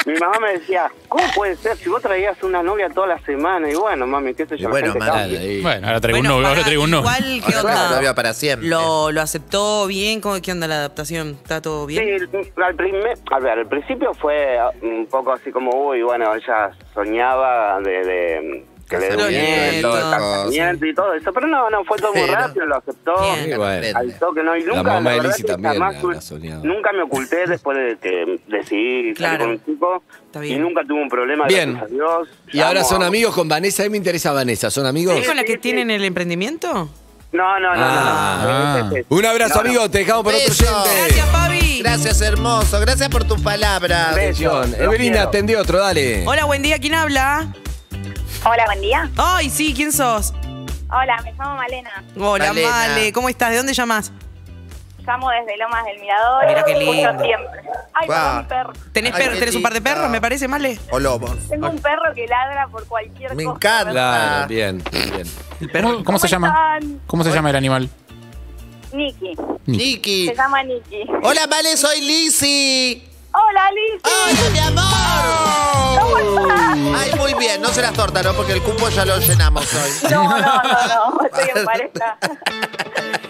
[SPEAKER 11] Mi mamá me decía, ¿cómo puede ser si vos traías una novia toda la semana? Y bueno, mami, qué sé yo.
[SPEAKER 6] Y
[SPEAKER 11] la
[SPEAKER 6] bueno,
[SPEAKER 11] gente
[SPEAKER 6] Mara,
[SPEAKER 11] cambia.
[SPEAKER 4] ahí.
[SPEAKER 5] Bueno, ahora traigo
[SPEAKER 3] Bueno,
[SPEAKER 5] un novio, ahora
[SPEAKER 3] pará,
[SPEAKER 5] traigo un novio.
[SPEAKER 3] Igual, ¿qué
[SPEAKER 6] Ahora tengo
[SPEAKER 3] onda?
[SPEAKER 6] novia para siempre.
[SPEAKER 3] Lo, lo aceptó bien. ¿Cómo, ¿Qué onda la adaptación? ¿Está todo bien?
[SPEAKER 11] Sí, al, primer, a ver, al principio fue uh, un poco así como, uy, bueno, ella soñaba de... de- que le dé un
[SPEAKER 3] Casamiento,
[SPEAKER 11] nieto, el casamiento y todo eso, pero no, no, fue todo muy
[SPEAKER 6] Pero-
[SPEAKER 11] rápido, lo aceptó.
[SPEAKER 3] Bien.
[SPEAKER 4] Sí, bueno.
[SPEAKER 11] Al toque, no, y nunca,
[SPEAKER 4] mamá
[SPEAKER 11] la
[SPEAKER 4] de
[SPEAKER 11] verdad
[SPEAKER 4] Lizzy
[SPEAKER 11] que
[SPEAKER 4] también
[SPEAKER 11] jamás
[SPEAKER 4] habrá soñado.
[SPEAKER 11] Nunca me oculté después de que decidí
[SPEAKER 3] Claro.
[SPEAKER 11] salir con un chico.
[SPEAKER 3] Está bien.
[SPEAKER 11] Y nunca tuve un problema,
[SPEAKER 4] Bien.
[SPEAKER 11] gracias a Dios.
[SPEAKER 4] Y ahora
[SPEAKER 11] Amo
[SPEAKER 4] son
[SPEAKER 11] a-
[SPEAKER 4] amigos con Vanessa, a mí me interesa Vanessa, ¿son amigos?
[SPEAKER 3] ¿Es con la
[SPEAKER 11] sí,
[SPEAKER 3] que
[SPEAKER 11] sí.
[SPEAKER 3] tienen el emprendimiento?
[SPEAKER 11] No, no, Este no,
[SPEAKER 4] Ah.
[SPEAKER 11] no. no. Ese-
[SPEAKER 4] Un abrazo,
[SPEAKER 11] no, no.
[SPEAKER 4] amigo, te dejamos por otro
[SPEAKER 6] Beso.
[SPEAKER 4] oyente.
[SPEAKER 3] Gracias, Fabi.
[SPEAKER 6] Gracias, hermoso. Gracias por tus palabras.
[SPEAKER 11] Beso.
[SPEAKER 4] Atención.
[SPEAKER 11] Los
[SPEAKER 4] Evelina,
[SPEAKER 11] quiero.
[SPEAKER 4] atendé otro, dale.
[SPEAKER 3] Hola, buen día. ¿Quién habla?
[SPEAKER 10] Hola, buen día.
[SPEAKER 3] Ay, sí, ¿quién sos?
[SPEAKER 10] Hola, me llamo Malena.
[SPEAKER 3] Hola,
[SPEAKER 6] Malena.
[SPEAKER 3] Male. ¿Cómo estás? ¿De dónde llamas?
[SPEAKER 10] Llamo desde Lomas del Mirador.
[SPEAKER 3] Mira qué
[SPEAKER 10] Escucho
[SPEAKER 3] lindo.
[SPEAKER 10] siempre. Ay,
[SPEAKER 6] Guau.
[SPEAKER 10] tengo un perro.
[SPEAKER 3] ¿Tenés,
[SPEAKER 6] Ay,
[SPEAKER 3] per-
[SPEAKER 6] qué
[SPEAKER 3] tenés un par de
[SPEAKER 6] linda.
[SPEAKER 3] perros, me parece, Male?
[SPEAKER 6] O lobos.
[SPEAKER 10] Tengo un perro que ladra por cualquier
[SPEAKER 6] Me
[SPEAKER 10] cosa.
[SPEAKER 6] encanta.
[SPEAKER 4] Claro, bien, bien.
[SPEAKER 5] ¿Cómo, cómo se llama?
[SPEAKER 10] están?
[SPEAKER 5] ¿Cómo se llama el animal?
[SPEAKER 10] Nicky.
[SPEAKER 6] Niki.
[SPEAKER 10] Se llama Nicky.
[SPEAKER 6] Hola, Vale, soy Lizzy.
[SPEAKER 10] Hola, Liz.
[SPEAKER 6] ¡Hola, mi amor! Ay, muy bien. No serás torta, ¿no? Porque el cupo ya lo llenamos
[SPEAKER 10] *laughs*
[SPEAKER 6] hoy.
[SPEAKER 10] No, no, no,
[SPEAKER 6] *laughs*
[SPEAKER 10] no. Estoy en pareja. *laughs*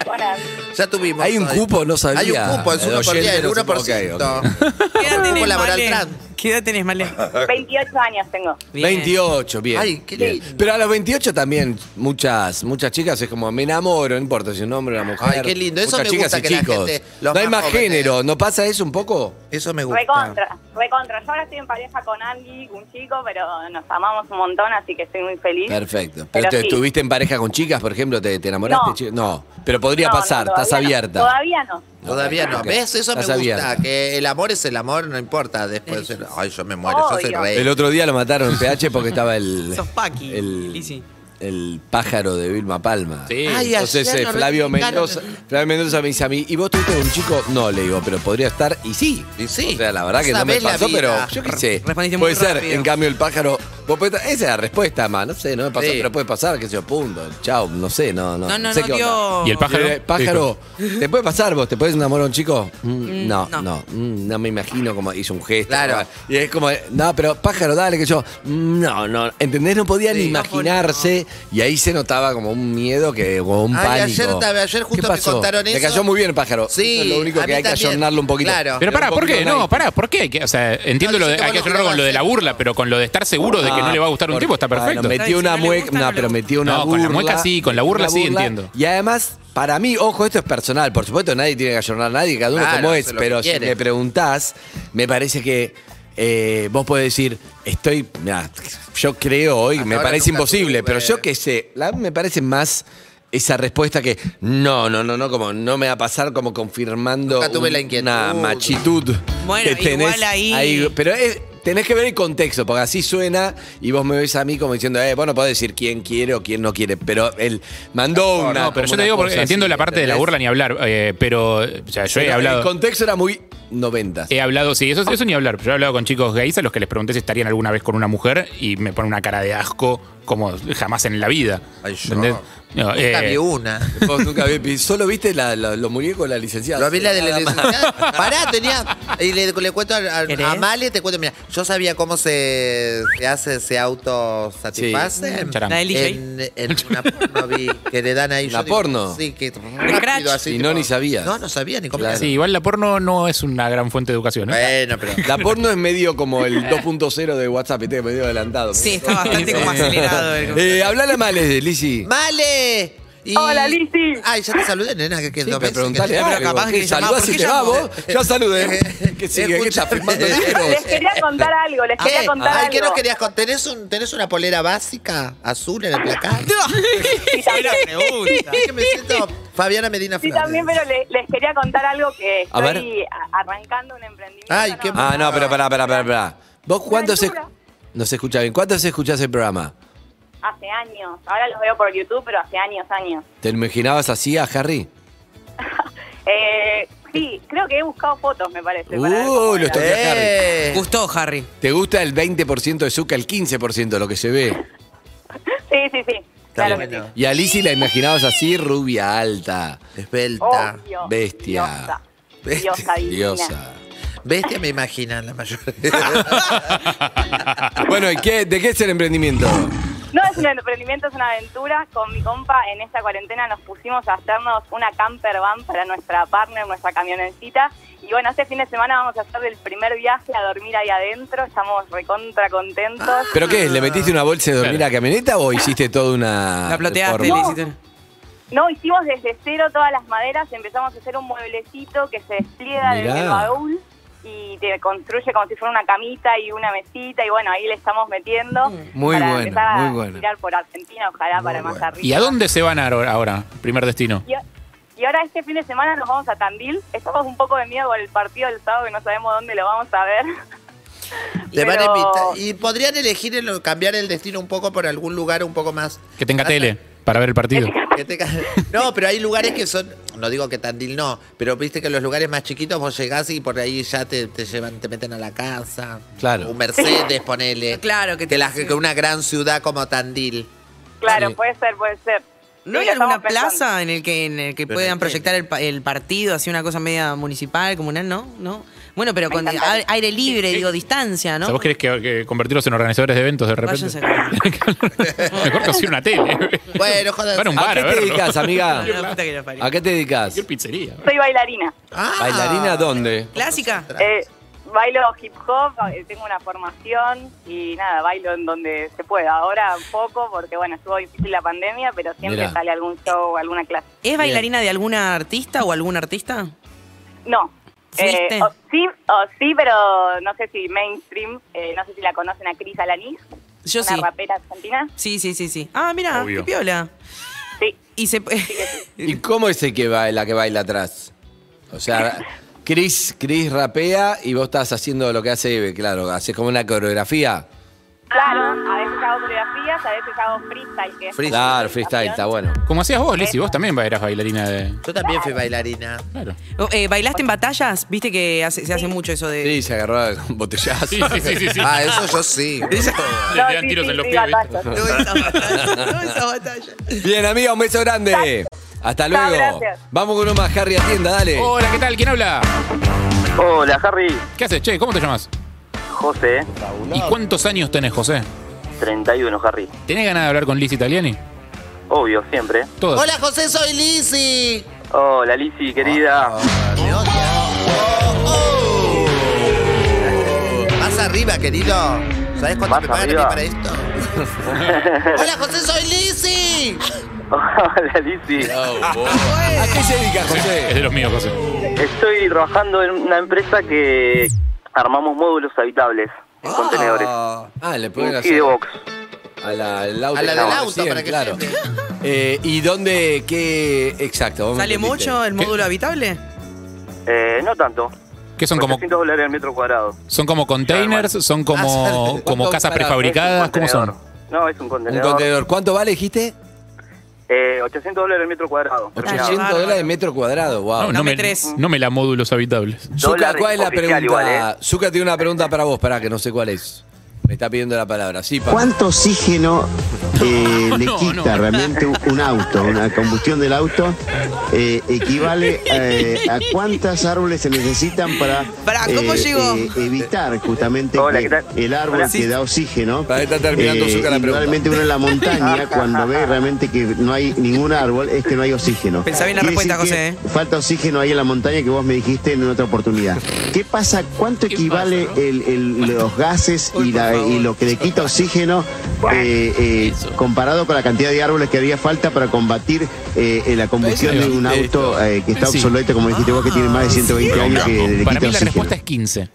[SPEAKER 10] Hola.
[SPEAKER 6] Ya tuvimos.
[SPEAKER 4] Hay un
[SPEAKER 6] hoy.
[SPEAKER 4] cupo, no sabía.
[SPEAKER 6] Hay un cupo, es
[SPEAKER 4] El
[SPEAKER 6] 1%.
[SPEAKER 4] oyente
[SPEAKER 6] El
[SPEAKER 4] no
[SPEAKER 6] 1%.
[SPEAKER 4] supo, ok,
[SPEAKER 3] ¿Qué
[SPEAKER 6] *laughs*
[SPEAKER 3] edad
[SPEAKER 6] Grupo
[SPEAKER 3] tenés,
[SPEAKER 6] laboral
[SPEAKER 3] Male?
[SPEAKER 6] trans.
[SPEAKER 3] ¿Qué edad tenés, Male?
[SPEAKER 6] Ah.
[SPEAKER 10] 28 años tengo.
[SPEAKER 3] Bien.
[SPEAKER 4] 28, bien.
[SPEAKER 6] Ay, qué
[SPEAKER 4] bien.
[SPEAKER 6] lindo.
[SPEAKER 4] Pero a los 28 también, muchas muchas chicas es como, me enamoro, no importa si un hombre o una mujer.
[SPEAKER 6] Ay, qué lindo, eso
[SPEAKER 4] Muchas
[SPEAKER 6] me
[SPEAKER 4] chicas
[SPEAKER 6] gusta
[SPEAKER 4] y
[SPEAKER 6] que la
[SPEAKER 4] chicos.
[SPEAKER 6] gente, los
[SPEAKER 4] no hay
[SPEAKER 6] más
[SPEAKER 4] más
[SPEAKER 6] jóvenes.
[SPEAKER 4] género, ¿no pasa eso un poco?
[SPEAKER 6] Eso me gusta.
[SPEAKER 10] Recontra, recontra. Yo ahora estoy en pareja con Andy, un chico, pero nos amamos un montón, así que estoy muy feliz.
[SPEAKER 4] Perfecto. Pero,
[SPEAKER 10] Pero
[SPEAKER 4] te
[SPEAKER 10] sí.
[SPEAKER 4] estuviste en pareja con chicas, por ejemplo, te, te enamoraste,
[SPEAKER 10] No.
[SPEAKER 4] chi- no. Pero podría
[SPEAKER 10] No, no,
[SPEAKER 4] pasar, estás
[SPEAKER 10] todavía no,
[SPEAKER 4] abierta.
[SPEAKER 10] Todavía no.
[SPEAKER 6] Todavía no.
[SPEAKER 4] Ok.
[SPEAKER 6] ¿Ves? Eso me
[SPEAKER 4] Estás
[SPEAKER 6] gusta.
[SPEAKER 4] abierta.
[SPEAKER 6] Que el amor es el amor, no importa. Después. Ay, yo me muero. Yo soy
[SPEAKER 10] Obvio.
[SPEAKER 6] rey.
[SPEAKER 4] El otro día lo mataron en PH porque estaba el.
[SPEAKER 3] Sos Paqui,
[SPEAKER 4] el-
[SPEAKER 3] Lizzy.
[SPEAKER 4] el pájaro de Vilma Palma.
[SPEAKER 5] Sí.
[SPEAKER 6] Ay,
[SPEAKER 4] Entonces
[SPEAKER 6] ayer
[SPEAKER 4] eh,
[SPEAKER 6] lo
[SPEAKER 4] Flavio
[SPEAKER 6] reivindicaron.
[SPEAKER 4] Mendoza, Flavio Mendoza me dice a mí, ¿y vos tuviste un chico? No, le digo, pero podría estar, y sí.
[SPEAKER 6] Y sí.
[SPEAKER 4] O sea, la verdad que no me
[SPEAKER 6] Sabés la
[SPEAKER 4] pasó,
[SPEAKER 6] vida.
[SPEAKER 4] pero yo qué sé.
[SPEAKER 3] Respondiste muy
[SPEAKER 4] Puede ser,
[SPEAKER 3] rápido.
[SPEAKER 4] en cambio el pájaro. vos podés- esa es la respuesta, más, no sé, no me pasó,
[SPEAKER 6] Sí.
[SPEAKER 4] pero puede pasar, qué sé yo, punto. Chao, no sé, no, no.
[SPEAKER 3] No, no,
[SPEAKER 4] sé
[SPEAKER 3] no
[SPEAKER 4] qué onda.
[SPEAKER 3] dio-
[SPEAKER 5] ¿Y el pájaro?
[SPEAKER 4] Eh, pájaro, ¿te puede pasar vos? ¿Te puedes enamorar a un chico? Mm,
[SPEAKER 3] Mm,
[SPEAKER 4] no,
[SPEAKER 3] no.
[SPEAKER 4] no, mm, no me imagino como hizo un gesto.
[SPEAKER 6] Claro.
[SPEAKER 4] Y es como, no, pero pájaro, dale, que yo. mm, No, no, ¿entendés? No podía ni
[SPEAKER 6] Sí.
[SPEAKER 4] imaginarse y ahí se notaba como un miedo que, o un
[SPEAKER 6] Ay,
[SPEAKER 4] pánico.
[SPEAKER 6] ayer ta- ayer
[SPEAKER 4] ¿Qué
[SPEAKER 6] justo me
[SPEAKER 4] pasó?
[SPEAKER 6] contaron
[SPEAKER 4] Le
[SPEAKER 6] eso.
[SPEAKER 4] cayó muy bien el pájaro.
[SPEAKER 6] Sí,
[SPEAKER 4] Eso es lo único
[SPEAKER 6] a
[SPEAKER 4] que
[SPEAKER 6] mí
[SPEAKER 4] hay que
[SPEAKER 6] también.
[SPEAKER 4] ayornarlo un poquito.
[SPEAKER 6] Claro.
[SPEAKER 5] Pero pará,
[SPEAKER 4] un
[SPEAKER 5] ¿por qué?
[SPEAKER 4] poquito
[SPEAKER 5] No,
[SPEAKER 4] nice.
[SPEAKER 5] pará, ¿por qué? Hay que- O sea, entiendo
[SPEAKER 6] No,
[SPEAKER 5] lo de,
[SPEAKER 6] sí,
[SPEAKER 5] hay que
[SPEAKER 6] como
[SPEAKER 5] aclarar
[SPEAKER 6] no
[SPEAKER 5] con lo de la
[SPEAKER 6] hacer.
[SPEAKER 5] burla, pero con lo de estar seguro de que no le va a gustar un
[SPEAKER 4] Ah, porque-
[SPEAKER 5] tipo está
[SPEAKER 4] bueno,
[SPEAKER 5] perfecto.
[SPEAKER 4] metió
[SPEAKER 3] Claro, si
[SPEAKER 4] una
[SPEAKER 3] no le
[SPEAKER 4] mueca,
[SPEAKER 3] gusta,
[SPEAKER 4] no,
[SPEAKER 3] no le
[SPEAKER 4] pero
[SPEAKER 3] gusta.
[SPEAKER 4] metió una
[SPEAKER 5] No, con
[SPEAKER 4] burla.
[SPEAKER 5] la mueca sí, con la burla
[SPEAKER 4] una
[SPEAKER 5] sí, entiendo.
[SPEAKER 4] Y además, para mí, ojo, esto es personal, por supuesto nadie tiene que ayornar a nadie, cada uno
[SPEAKER 6] Claro,
[SPEAKER 4] como
[SPEAKER 6] hace
[SPEAKER 4] es,
[SPEAKER 6] lo que
[SPEAKER 4] pero si
[SPEAKER 6] quiere.
[SPEAKER 4] me preguntás, me parece que eh, vos podés decir, estoy, mirá, yo creo hoy,
[SPEAKER 6] Hasta
[SPEAKER 4] me
[SPEAKER 6] ahora
[SPEAKER 4] parece
[SPEAKER 6] nunca
[SPEAKER 4] imposible,
[SPEAKER 6] tuve.
[SPEAKER 4] pero yo qué sé, la- me parece más... Esa respuesta que no, no, no, no, como no me va a pasar como confirmando
[SPEAKER 6] Nunca tuve la inquietud.
[SPEAKER 4] una machitud
[SPEAKER 3] Bueno,
[SPEAKER 4] que tenés
[SPEAKER 3] igual ahí-
[SPEAKER 4] pero es- tenés que ver el contexto, porque así suena y vos me ves a mí como diciendo, eh, vos no podés decir quién quiere o quién no quiere, pero él mandó una.
[SPEAKER 5] No, pero
[SPEAKER 4] como
[SPEAKER 5] yo te digo
[SPEAKER 4] una
[SPEAKER 5] porque
[SPEAKER 4] cosa
[SPEAKER 5] entiendo
[SPEAKER 4] así,
[SPEAKER 5] la parte de la
[SPEAKER 4] ¿entendés?
[SPEAKER 5] burla ni hablar, eh, pero o sea, yo he
[SPEAKER 4] Pero El
[SPEAKER 5] hablado Eh,
[SPEAKER 4] contexto era muy 90.
[SPEAKER 5] he hablado, sí, eso, eso ni hablar, pero yo he hablado con chicos gays a los que les pregunté si estarían alguna vez con una mujer y me ponen una cara de asco como jamás en la vida.
[SPEAKER 6] Ay, yo.
[SPEAKER 5] ¿entendés? No,
[SPEAKER 6] Nunca
[SPEAKER 5] eh,
[SPEAKER 6] vi una.
[SPEAKER 4] Vos nunca vi- solo viste la- la- los muñecos de la licenciada.
[SPEAKER 6] Lo vi la de la
[SPEAKER 4] Nada más.
[SPEAKER 6] licenciada. Pará, tenía. Y le, le cuento a, a-
[SPEAKER 3] ¿Querés?
[SPEAKER 6] a Male, te cuento, mira, yo sabía cómo se, se hace, se autosatisface.
[SPEAKER 5] Sí. Charam.
[SPEAKER 3] La del DJ.
[SPEAKER 6] En, en una porno vi que le dan ahí.
[SPEAKER 4] ¿Una
[SPEAKER 6] yo digo,
[SPEAKER 4] porno?
[SPEAKER 6] sí, que
[SPEAKER 3] Scratch.
[SPEAKER 6] rápido así.
[SPEAKER 4] Y no ni sabías.
[SPEAKER 6] No, no sabía ni cómo
[SPEAKER 4] Claro.
[SPEAKER 5] Sí, igual la porno no es una gran fuente de educación. ¿eh?
[SPEAKER 6] Bueno, pero.
[SPEAKER 4] La porno es medio como el 2.0 de WhatsApp, ¿viste? medio adelantado.
[SPEAKER 3] Sí, está bastante
[SPEAKER 5] *laughs*
[SPEAKER 3] como acelerado. el-
[SPEAKER 4] Eh, hablale mal, Lizzy.
[SPEAKER 6] ¡Male! Y-
[SPEAKER 10] Hola, Lizzy.
[SPEAKER 6] Ay, ya te saludé, nena, que, que
[SPEAKER 4] Sí, pero
[SPEAKER 6] dos veces que-
[SPEAKER 4] preguntale
[SPEAKER 3] Pero
[SPEAKER 4] algo.
[SPEAKER 3] capaz que
[SPEAKER 4] ¿Qué
[SPEAKER 3] le llamaba,
[SPEAKER 4] saludás
[SPEAKER 3] ¿por
[SPEAKER 4] y
[SPEAKER 3] qué
[SPEAKER 4] te va
[SPEAKER 3] llamó?
[SPEAKER 4] vos? Ya saludé. ¿Qué sigue? ¿Qué está
[SPEAKER 6] Escucha.
[SPEAKER 4] firmando libros?
[SPEAKER 10] Les quería contar algo, les quería
[SPEAKER 6] Ay,
[SPEAKER 10] contar
[SPEAKER 6] ay,
[SPEAKER 10] algo.
[SPEAKER 6] ¿qué nos querías con- ¿Tenés, un, ¿Tenés una polera básica azul en
[SPEAKER 10] *laughs*
[SPEAKER 6] el placar?
[SPEAKER 10] Y también-
[SPEAKER 3] pregunta.
[SPEAKER 6] Ay, que me siento Fabiana Medina
[SPEAKER 10] Sí,
[SPEAKER 6] Flores.
[SPEAKER 10] también, pero le- les quería contar algo que
[SPEAKER 4] A ver.
[SPEAKER 10] estoy a- arrancando un emprendimiento.
[SPEAKER 6] Ay, qué
[SPEAKER 4] Ah, no, pero pará, pará, pará, pará. ¿Vos cuántos se,
[SPEAKER 10] aventura.
[SPEAKER 4] no se escucha bien? ¿Cuántos escuchás el programa?
[SPEAKER 10] Hace años. Ahora los veo por YouTube, pero hace años, años.
[SPEAKER 4] ¿Te imaginabas así a Harry?
[SPEAKER 10] Eh, sí, creo que he buscado fotos, me parece. para ver cómo
[SPEAKER 4] Uh, lo
[SPEAKER 10] era.
[SPEAKER 4] estoy a Harry.
[SPEAKER 3] Eh, Gustó, Harry.
[SPEAKER 4] ¿Te gusta el 20% de Zucca, el 15% de lo que se ve?
[SPEAKER 10] Sí, sí, sí. Claro que sí.
[SPEAKER 6] bueno.
[SPEAKER 4] Y a Lizzie la imaginabas así, rubia, alta,
[SPEAKER 6] Esbelta.
[SPEAKER 10] Obvio.
[SPEAKER 4] Bestia.
[SPEAKER 10] Diosa. Diosa divina.
[SPEAKER 4] diosa.
[SPEAKER 6] Bestia me imaginan
[SPEAKER 4] *laughs*
[SPEAKER 6] la mayoría.
[SPEAKER 4] Bueno, ¿y qué, de qué es el emprendimiento?
[SPEAKER 10] No es un emprendimiento, es una aventura. Con mi compa en esta cuarentena nos pusimos a hacernos una camper van para nuestra partner, nuestra camioncita. Y bueno, este fin de semana vamos a hacer el primer viaje a dormir ahí adentro. Estamos recontra contentos.
[SPEAKER 4] ¿Pero qué es? ¿Le metiste una bolsa de dormir a la camioneta o hiciste toda una.
[SPEAKER 3] La plateaste,
[SPEAKER 4] reforma?
[SPEAKER 3] le hiciste.
[SPEAKER 10] No, hicimos desde cero todas las maderas. Empezamos a hacer un mueblecito que se despliega
[SPEAKER 4] Mirá.
[SPEAKER 10] desde el baúl y te construye como si fuera una camita y una mesita. Y bueno, ahí le estamos metiendo.
[SPEAKER 4] Muy
[SPEAKER 10] para
[SPEAKER 4] bueno,
[SPEAKER 10] empezar a
[SPEAKER 4] muy bueno.
[SPEAKER 10] girar por Argentina, ojalá para más
[SPEAKER 6] bueno.
[SPEAKER 10] arriba.
[SPEAKER 5] ¿Y a dónde se van ahora? ahora? Primer destino.
[SPEAKER 10] Y, a- y ahora este fin de semana nos vamos a Tandil. Estamos un poco de miedo con el partido del sábado que no sabemos dónde lo vamos a
[SPEAKER 3] *laughs*
[SPEAKER 10] ver.
[SPEAKER 6] Te van a
[SPEAKER 10] Pero-
[SPEAKER 6] invitar. Y podrían elegir el- cambiar el destino un poco por algún lugar un poco más.
[SPEAKER 5] Que tenga tele para ver el partido.
[SPEAKER 6] que tenga- No, pero hay lugares que son. No digo que Tandil no, pero viste que los lugares más chiquitos vos llegás y por ahí ya te, te llevan, te meten a la casa.
[SPEAKER 4] Claro.
[SPEAKER 6] Un Mercedes, ponele.
[SPEAKER 3] Claro, que
[SPEAKER 6] Que,
[SPEAKER 3] te-
[SPEAKER 6] la- que una gran ciudad como Tandil.
[SPEAKER 10] Claro,
[SPEAKER 4] Sí.
[SPEAKER 10] puede ser, puede ser.
[SPEAKER 3] ¿No hay
[SPEAKER 10] Sí, lo estamos
[SPEAKER 3] alguna
[SPEAKER 10] pensando.
[SPEAKER 3] plaza en el que, en el que
[SPEAKER 6] Pero
[SPEAKER 3] puedan
[SPEAKER 6] no
[SPEAKER 3] proyectar el, pa- el partido, así una cosa media municipal, comunal, no? ¿No? Bueno, pero
[SPEAKER 10] Me
[SPEAKER 3] con
[SPEAKER 10] encantaría.
[SPEAKER 3] a- aire libre, digo, distancia,
[SPEAKER 5] O
[SPEAKER 3] ¿no?
[SPEAKER 5] sea, ¿Vos querés que, que convertirlos en organizadores de eventos de repente?
[SPEAKER 3] Váyanse acá.
[SPEAKER 5] *laughs* Mejor conseguir
[SPEAKER 3] *laughs*
[SPEAKER 5] una tele.
[SPEAKER 6] Bueno, joder.
[SPEAKER 5] Van a un
[SPEAKER 4] ¿A
[SPEAKER 5] bar, ¿eh?
[SPEAKER 4] qué
[SPEAKER 5] a
[SPEAKER 4] te
[SPEAKER 5] verlo.
[SPEAKER 4] dedicas, amiga?
[SPEAKER 3] No, *laughs* la puta que la parió.
[SPEAKER 4] ¿A qué te dedicas?
[SPEAKER 5] Qué pizzería.
[SPEAKER 10] Soy bailarina.
[SPEAKER 6] Ah.
[SPEAKER 4] ¿Bailarina dónde?
[SPEAKER 3] ¿Clásica?
[SPEAKER 10] Eh, bailo hip hop, eh, tengo una formación y nada, bailo en donde se pueda. Ahora un poco, porque bueno, estuvo difícil la pandemia, pero siempre
[SPEAKER 4] Mirá.
[SPEAKER 10] sale algún show o alguna clase.
[SPEAKER 3] ¿Es bailarina de alguna artista o algún artista?
[SPEAKER 10] No. Eh,
[SPEAKER 3] ¿Fuiste?
[SPEAKER 10] o- sí, o sí, pero no sé si mainstream, eh, no sé si la conocen a Cris Alanis,
[SPEAKER 3] Yo
[SPEAKER 10] una
[SPEAKER 3] sí.
[SPEAKER 10] rapera argentina.
[SPEAKER 3] Sí, sí, sí, sí. Ah, mira,
[SPEAKER 5] Obvio.
[SPEAKER 3] qué piola.
[SPEAKER 10] Sí,
[SPEAKER 3] Y se... *laughs*
[SPEAKER 4] ¿Y cómo es el que baila, la que baila atrás? O sea, Chris, Chris rapea y vos estás haciendo lo que hace Eve, claro, haces como una coreografía.
[SPEAKER 10] claro, a veces hago hago coreografías, a veces hago freestyle. Que es
[SPEAKER 4] Claro, freestyle, está bueno.
[SPEAKER 5] Como hacías vos, Leslie, vos también eras bailarina de.
[SPEAKER 6] Yo también fui bailarina.
[SPEAKER 5] Claro.
[SPEAKER 3] Oh, eh, ¿Bailaste en batallas? Viste que hace- se hace mucho eso de.
[SPEAKER 4] Sí, se agarró a botellazo.
[SPEAKER 5] Sí, sí, sí, sí, sí.
[SPEAKER 6] Ah, eso yo sí.
[SPEAKER 5] Le tiran tiros en los pies, ¿viste?
[SPEAKER 3] Eh. *laughs*
[SPEAKER 4] Bien, amiga, un beso grande. Hasta
[SPEAKER 10] Chao,
[SPEAKER 4] luego.
[SPEAKER 10] gracias.
[SPEAKER 4] Vamos con uno más, Harry, atienda, dale.
[SPEAKER 5] Hola, ¿qué tal? ¿Quién habla?
[SPEAKER 12] Hola, Harry.
[SPEAKER 5] ¿Qué haces, che? ¿Cómo te llamas?
[SPEAKER 12] José,
[SPEAKER 5] ¿Y cuántos años tenés, José?
[SPEAKER 12] 31, Harry.
[SPEAKER 5] ¿Tenés ganas de hablar con Liz Italiani?
[SPEAKER 12] Obvio, siempre.
[SPEAKER 5] Todos.
[SPEAKER 6] Hola, José, soy Lizzy.
[SPEAKER 12] Hola, Lizzy, querida.
[SPEAKER 6] Más arriba, querido. ¿Sabes cuánto
[SPEAKER 12] Más
[SPEAKER 6] me pagan a mí
[SPEAKER 12] arriba.
[SPEAKER 6] para
[SPEAKER 12] *laughs*
[SPEAKER 6] esto?
[SPEAKER 12] Ah.
[SPEAKER 6] Hola, José, soy Lizzy.
[SPEAKER 12] Hola, Lizzy.
[SPEAKER 4] Oh,
[SPEAKER 5] oh,
[SPEAKER 4] ¿A qué se dedica, José?
[SPEAKER 5] Es de los míos, José.
[SPEAKER 12] Estoy trabajando en una empresa que armamos módulos habitables en contenedores.
[SPEAKER 4] Ah, le pueden
[SPEAKER 12] Un
[SPEAKER 4] hacer
[SPEAKER 12] box.
[SPEAKER 4] a la, al auto.
[SPEAKER 6] A la del
[SPEAKER 4] No,
[SPEAKER 6] auto,
[SPEAKER 4] recién,
[SPEAKER 6] para que
[SPEAKER 4] claro.
[SPEAKER 6] se-
[SPEAKER 4] Eh, ¿Y dónde, qué, exacto? vos me
[SPEAKER 3] ¿Sale
[SPEAKER 4] entendiste.
[SPEAKER 3] mucho el
[SPEAKER 5] ¿Qué?
[SPEAKER 3] módulo habitable?
[SPEAKER 12] Eh, no tanto.
[SPEAKER 5] ¿Qué son como,
[SPEAKER 12] 800 dólares al metro cuadrado.
[SPEAKER 5] son como containers? ¿Son como, como
[SPEAKER 4] ¿Cuánto
[SPEAKER 5] casas
[SPEAKER 4] para-
[SPEAKER 5] prefabricadas?
[SPEAKER 12] Es un
[SPEAKER 5] ¿Cómo son?
[SPEAKER 12] contenedor. No, es un
[SPEAKER 4] Un
[SPEAKER 12] contenedor.
[SPEAKER 4] contenedor. ¿Cuánto vale, dijiste?
[SPEAKER 12] Eh, 800 dólares al metro cuadrado.
[SPEAKER 4] 800
[SPEAKER 3] bárbaro.
[SPEAKER 4] dólares el metro cuadrado, wow.
[SPEAKER 3] Dame
[SPEAKER 5] me,
[SPEAKER 3] tres.
[SPEAKER 5] no me la módulos
[SPEAKER 13] *laughs*
[SPEAKER 5] habitables.
[SPEAKER 4] Zuka,
[SPEAKER 12] Dólar
[SPEAKER 4] ¿cuál es la
[SPEAKER 12] oficial
[SPEAKER 4] pregunta?
[SPEAKER 12] igual, ¿eh?
[SPEAKER 4] Zuka tiene una pregunta para vos, pará, que no sé cuál es. Me está pidiendo la palabra. Sí, pa.
[SPEAKER 13] ¿Cuánto oxígeno eh, le
[SPEAKER 5] No,
[SPEAKER 13] quita
[SPEAKER 5] no.
[SPEAKER 13] realmente un- un auto, una combustión del auto, eh,
[SPEAKER 6] *laughs*
[SPEAKER 13] equivale eh, a cuántas árboles se necesitan para
[SPEAKER 3] Pará, ¿cómo llegó?
[SPEAKER 13] evitar justamente
[SPEAKER 12] Hola, ¿qué
[SPEAKER 13] que
[SPEAKER 12] tal?
[SPEAKER 13] el árbol
[SPEAKER 12] Hola.
[SPEAKER 13] que da oxígeno? eh,
[SPEAKER 4] Pará, está terminando Zuka la
[SPEAKER 13] y
[SPEAKER 4] pregunta.
[SPEAKER 13] realmente uno en
[SPEAKER 12] *laughs*
[SPEAKER 13] la montaña cuando ve realmente que no hay ningún árbol es que no hay oxígeno.
[SPEAKER 3] Pensá bien la
[SPEAKER 13] Quiere
[SPEAKER 3] respuesta,
[SPEAKER 13] decir que
[SPEAKER 3] José, ¿eh?
[SPEAKER 13] Falta oxígeno ahí en la montaña que vos me dijiste en otra oportunidad. ¿Qué pasa? ¿Cuánto equivale el- el- los gases y, la- y lo que le quita oxígeno eh, eh, comparado con la cantidad de árboles que haría falta para combatir eh, eh, la combustión de un auto eh, que está
[SPEAKER 5] Sí.
[SPEAKER 13] obsoleto, como dijiste vos, que tiene
[SPEAKER 3] Ah,
[SPEAKER 13] más de 120 años que le
[SPEAKER 5] Para
[SPEAKER 13] quita
[SPEAKER 5] mí la
[SPEAKER 13] oxígeno?
[SPEAKER 5] respuesta es 15.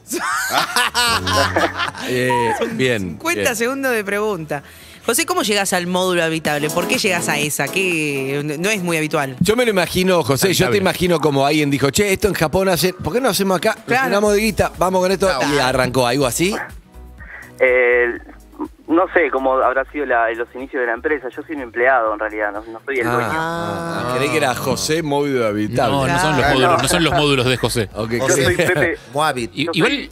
[SPEAKER 4] Eh,
[SPEAKER 3] *laughs*
[SPEAKER 4] bien.
[SPEAKER 3] 50
[SPEAKER 4] bien.
[SPEAKER 3] segundos de pregunta. José, ¿cómo llegas al módulo habitable? ¿Por qué llegas a esa? Que no es muy habitual.
[SPEAKER 4] Yo me lo imagino, José, yo te
[SPEAKER 5] Habitable.
[SPEAKER 4] imagino como alguien dijo, che, esto en Japón hace, ¿por qué no hacemos acá?
[SPEAKER 3] Claro.
[SPEAKER 4] Llenamos de guita, vamos con esto. Y arrancó algo así.
[SPEAKER 12] Eh, no sé cómo habrá sido la- los inicios de la empresa. Yo soy un empleado, en realidad. No, no soy el dueño.
[SPEAKER 4] Ah, creí que era José Móvido Habitable.
[SPEAKER 5] No, no son los
[SPEAKER 12] Ah,
[SPEAKER 5] módulos,
[SPEAKER 12] no.
[SPEAKER 5] no son los módulos de José.
[SPEAKER 4] Ok,
[SPEAKER 12] Yo soy Pepe.
[SPEAKER 6] Moabit.
[SPEAKER 5] I-
[SPEAKER 12] Yo
[SPEAKER 5] Igual,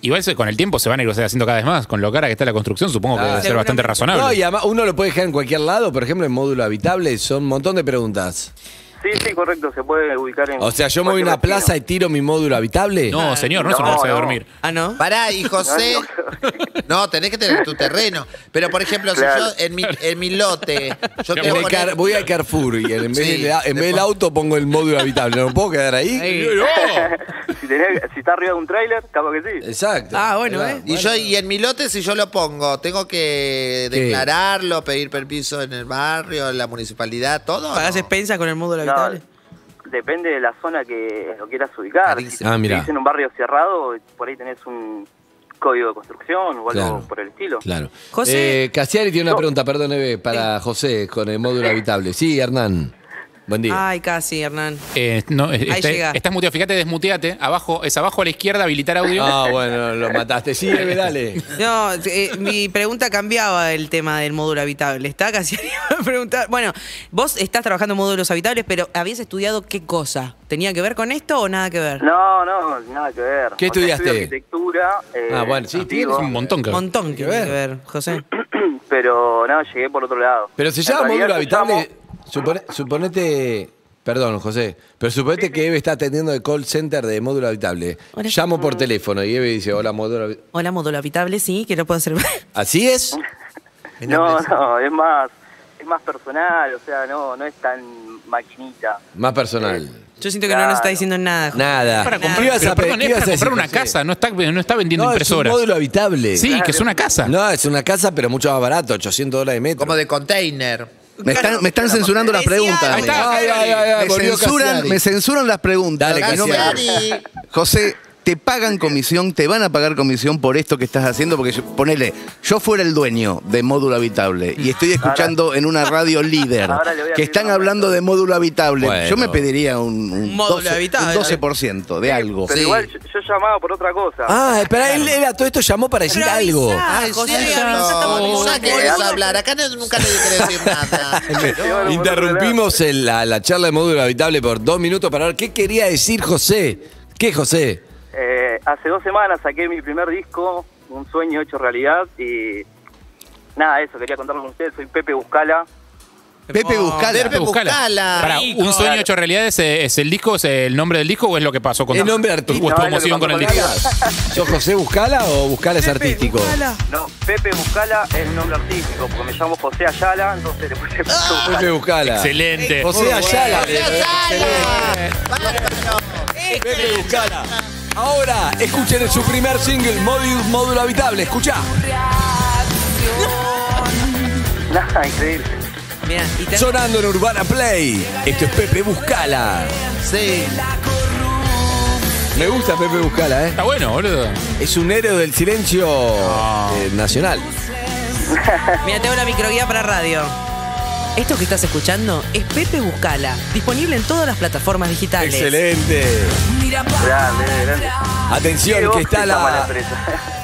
[SPEAKER 5] igual se- con el tiempo se van a ir o sea, haciendo cada vez más. Con lo cara que está la construcción, supongo que
[SPEAKER 4] Claro.
[SPEAKER 5] debe ser bastante razonable.
[SPEAKER 4] No, y además uno lo puede dejar en cualquier lado, por ejemplo, en módulo habitable, son un montón de preguntas.
[SPEAKER 12] Sí, sí, correcto. Se puede ubicar en.
[SPEAKER 4] O sea, yo me voy a una
[SPEAKER 12] cualquier
[SPEAKER 4] plaza y tiro mi módulo habitable.
[SPEAKER 5] No, señor, no, es
[SPEAKER 12] No,
[SPEAKER 5] una bolsa de
[SPEAKER 12] no.
[SPEAKER 5] dormir.
[SPEAKER 3] Ah, ¿no?
[SPEAKER 6] Pará, y José.
[SPEAKER 12] No,
[SPEAKER 6] No, tenés que tener tu terreno. Pero, por ejemplo,
[SPEAKER 12] Claro.
[SPEAKER 6] si yo en mi, en mi lote, yo
[SPEAKER 4] En
[SPEAKER 6] tengo
[SPEAKER 4] el Car- voy al Carrefour y en vez,
[SPEAKER 6] Sí,
[SPEAKER 4] de- en vez del
[SPEAKER 6] después-
[SPEAKER 4] auto pongo el módulo habitable. ¿No puedo quedar ahí?
[SPEAKER 12] vecino. si, tenés- si está arriba de un tráiler, capaz que sí.
[SPEAKER 4] Exacto.
[SPEAKER 3] Ah, bueno,
[SPEAKER 4] Claro.
[SPEAKER 3] eh.
[SPEAKER 6] Y yo y en mi lote si yo lo pongo, tengo que
[SPEAKER 4] ¿Qué?
[SPEAKER 6] declararlo, pedir permiso en el barrio, en la municipalidad, todo. ¿o
[SPEAKER 3] ¿Pagás
[SPEAKER 6] no?
[SPEAKER 3] expensas con el módulo
[SPEAKER 12] No,
[SPEAKER 3] habitable?
[SPEAKER 12] depende de la zona que lo quieras ubicar. Si
[SPEAKER 6] Clarísimo.
[SPEAKER 4] Ah, mirá.
[SPEAKER 12] vivís en un barrio cerrado, por ahí tenés un código de construcción o algo
[SPEAKER 4] Claro.
[SPEAKER 12] por el estilo.
[SPEAKER 4] Claro.
[SPEAKER 3] José.
[SPEAKER 4] Eh, Cassiari tiene una
[SPEAKER 12] No.
[SPEAKER 4] pregunta, perdón, Eve, para José con el módulo habitable. Sí, Hernán. Buen día.
[SPEAKER 3] Ay, casi, Hernán.
[SPEAKER 5] Eh, no, eh,
[SPEAKER 3] Ahí
[SPEAKER 5] está-
[SPEAKER 3] llega.
[SPEAKER 5] estás muteado, fíjate, desmuteate. Abajo, es abajo a la izquierda, habilitar audio.
[SPEAKER 4] Ah, bueno, lo mataste. Sí, Eve, dale.
[SPEAKER 3] No, eh, mi pregunta cambiaba el tema del módulo habitable. Está casi *laughs* iba a preguntar. Bueno, vos estás trabajando en módulos habitables, pero ¿habías estudiado qué cosa? ¿Tenía que ver con esto o nada que ver?
[SPEAKER 12] No, no, nada que ver.
[SPEAKER 4] ¿Qué
[SPEAKER 12] O sea, estudio
[SPEAKER 4] estudiaste?
[SPEAKER 12] arquitectura. eh,
[SPEAKER 4] Ah, bueno, sí,
[SPEAKER 5] Tienes
[SPEAKER 12] digo,
[SPEAKER 5] un montón,
[SPEAKER 3] Un
[SPEAKER 5] cabrón.
[SPEAKER 3] montón que
[SPEAKER 4] Nada que
[SPEAKER 3] tiene que ver, José.
[SPEAKER 12] *clears throat* Pero no, llegué por otro lado.
[SPEAKER 4] Pero se
[SPEAKER 12] En
[SPEAKER 4] llama
[SPEAKER 12] realidad
[SPEAKER 4] módulo
[SPEAKER 12] yo llamo-
[SPEAKER 4] habitable. supone- suponete. Perdón, José, pero suponete que Eve está atendiendo el call center de módulo habitable.
[SPEAKER 3] Hola.
[SPEAKER 4] Llamo por teléfono y Eve dice, hola, módulo habitable.
[SPEAKER 3] Hola, módulo habitable, sí, que lo puedo hacer.
[SPEAKER 4] ¿Así es?
[SPEAKER 12] No, no, es más, es más personal, o sea, no, no es tan maquinita.
[SPEAKER 4] Más personal.
[SPEAKER 3] *laughs* Yo siento que no nos está
[SPEAKER 12] Claro.
[SPEAKER 3] diciendo nada. José.
[SPEAKER 4] Nada.
[SPEAKER 5] Para
[SPEAKER 4] ¿Qué
[SPEAKER 5] comprar,
[SPEAKER 4] ibas
[SPEAKER 5] pero
[SPEAKER 4] a pe-
[SPEAKER 5] perdón,
[SPEAKER 4] qué
[SPEAKER 5] es
[SPEAKER 4] ibas
[SPEAKER 5] para
[SPEAKER 4] a decir,
[SPEAKER 5] comprar una
[SPEAKER 4] José?
[SPEAKER 5] casa, no está, no está vendiendo
[SPEAKER 4] No, es un
[SPEAKER 5] impresoras.
[SPEAKER 4] módulo habitable.
[SPEAKER 5] Sí, que es una casa.
[SPEAKER 4] No, es una casa, pero mucho más barato, 800 dólares de metro.
[SPEAKER 6] Como de container.
[SPEAKER 14] Me están, me están censurando las preguntas.
[SPEAKER 3] Ahí
[SPEAKER 4] Ay, ay, ay,
[SPEAKER 14] Me
[SPEAKER 4] ay, volvió
[SPEAKER 14] censuran,
[SPEAKER 4] Cassiari.
[SPEAKER 14] me censuran las preguntas.
[SPEAKER 4] Dale,
[SPEAKER 14] Y no me-
[SPEAKER 6] Cassiari.
[SPEAKER 14] José,
[SPEAKER 13] te pagan comisión, te van a pagar comisión por esto que estás haciendo, porque yo- ponele, yo fuera el dueño de módulo habitable y estoy escuchando en
[SPEAKER 12] *laughs*
[SPEAKER 13] una radio líder
[SPEAKER 12] Ahora le voy a
[SPEAKER 13] que están hablando de módulo habitable, yo me pediría un, un
[SPEAKER 3] módulo
[SPEAKER 13] 12, un
[SPEAKER 3] habitable.
[SPEAKER 13] 12% de algo.
[SPEAKER 12] Pero igual yo, yo llamaba por otra cosa.
[SPEAKER 4] Ah, espera, él era todo esto llamó para decir algo.
[SPEAKER 6] Ay, José, no, ya querés hablar. Acá no- nunca le querés decir nada.
[SPEAKER 4] Ah. Interrumpimos el- la, la charla de módulo habitable por dos minutos para ver qué quería decir José. ¿Qué, José?
[SPEAKER 12] Eh, hace dos semanas saqué mi primer disco, Un sueño hecho realidad, y nada, eso, quería contarlo con ustedes. Soy Pepe Buscala.
[SPEAKER 13] Pepe Buscala.
[SPEAKER 5] Pepe Buscala. Pará, un sueño hecho realidad es, eh, es el disco, es el nombre del disco o es lo que pasó con
[SPEAKER 4] ¿El nombre artístico?
[SPEAKER 5] ¿O es promoción con el disco?
[SPEAKER 4] ¿Sos José Buscala o Buscala es artístico?
[SPEAKER 12] No, Pepe Buscala es un nombre artístico, porque me llamo José Ayala, entonces le puse Pepe Buscala. *laughs*
[SPEAKER 4] Pepe Buscala.
[SPEAKER 5] Excelente.
[SPEAKER 4] José Ayala.
[SPEAKER 6] Pepe
[SPEAKER 4] Buscala. Ahora, escuchen su primer single, Modulus Módulo Habitable. Escucha.
[SPEAKER 12] Nada, increíble.
[SPEAKER 3] Mira, y te-
[SPEAKER 4] Sonando en Urbana Play. Esto es Pepe Buscala.
[SPEAKER 6] Sí.
[SPEAKER 4] Me gusta Pepe Buscala, ¿eh?
[SPEAKER 5] Está bueno, boludo.
[SPEAKER 4] Es un héroe del silencio eh, nacional.
[SPEAKER 3] Mira, tengo la microguía para radio. Esto que estás escuchando es Pepe Buscala, disponible en todas las plataformas digitales.
[SPEAKER 4] Excelente.
[SPEAKER 12] Grande, grande.
[SPEAKER 4] Atención, que está la,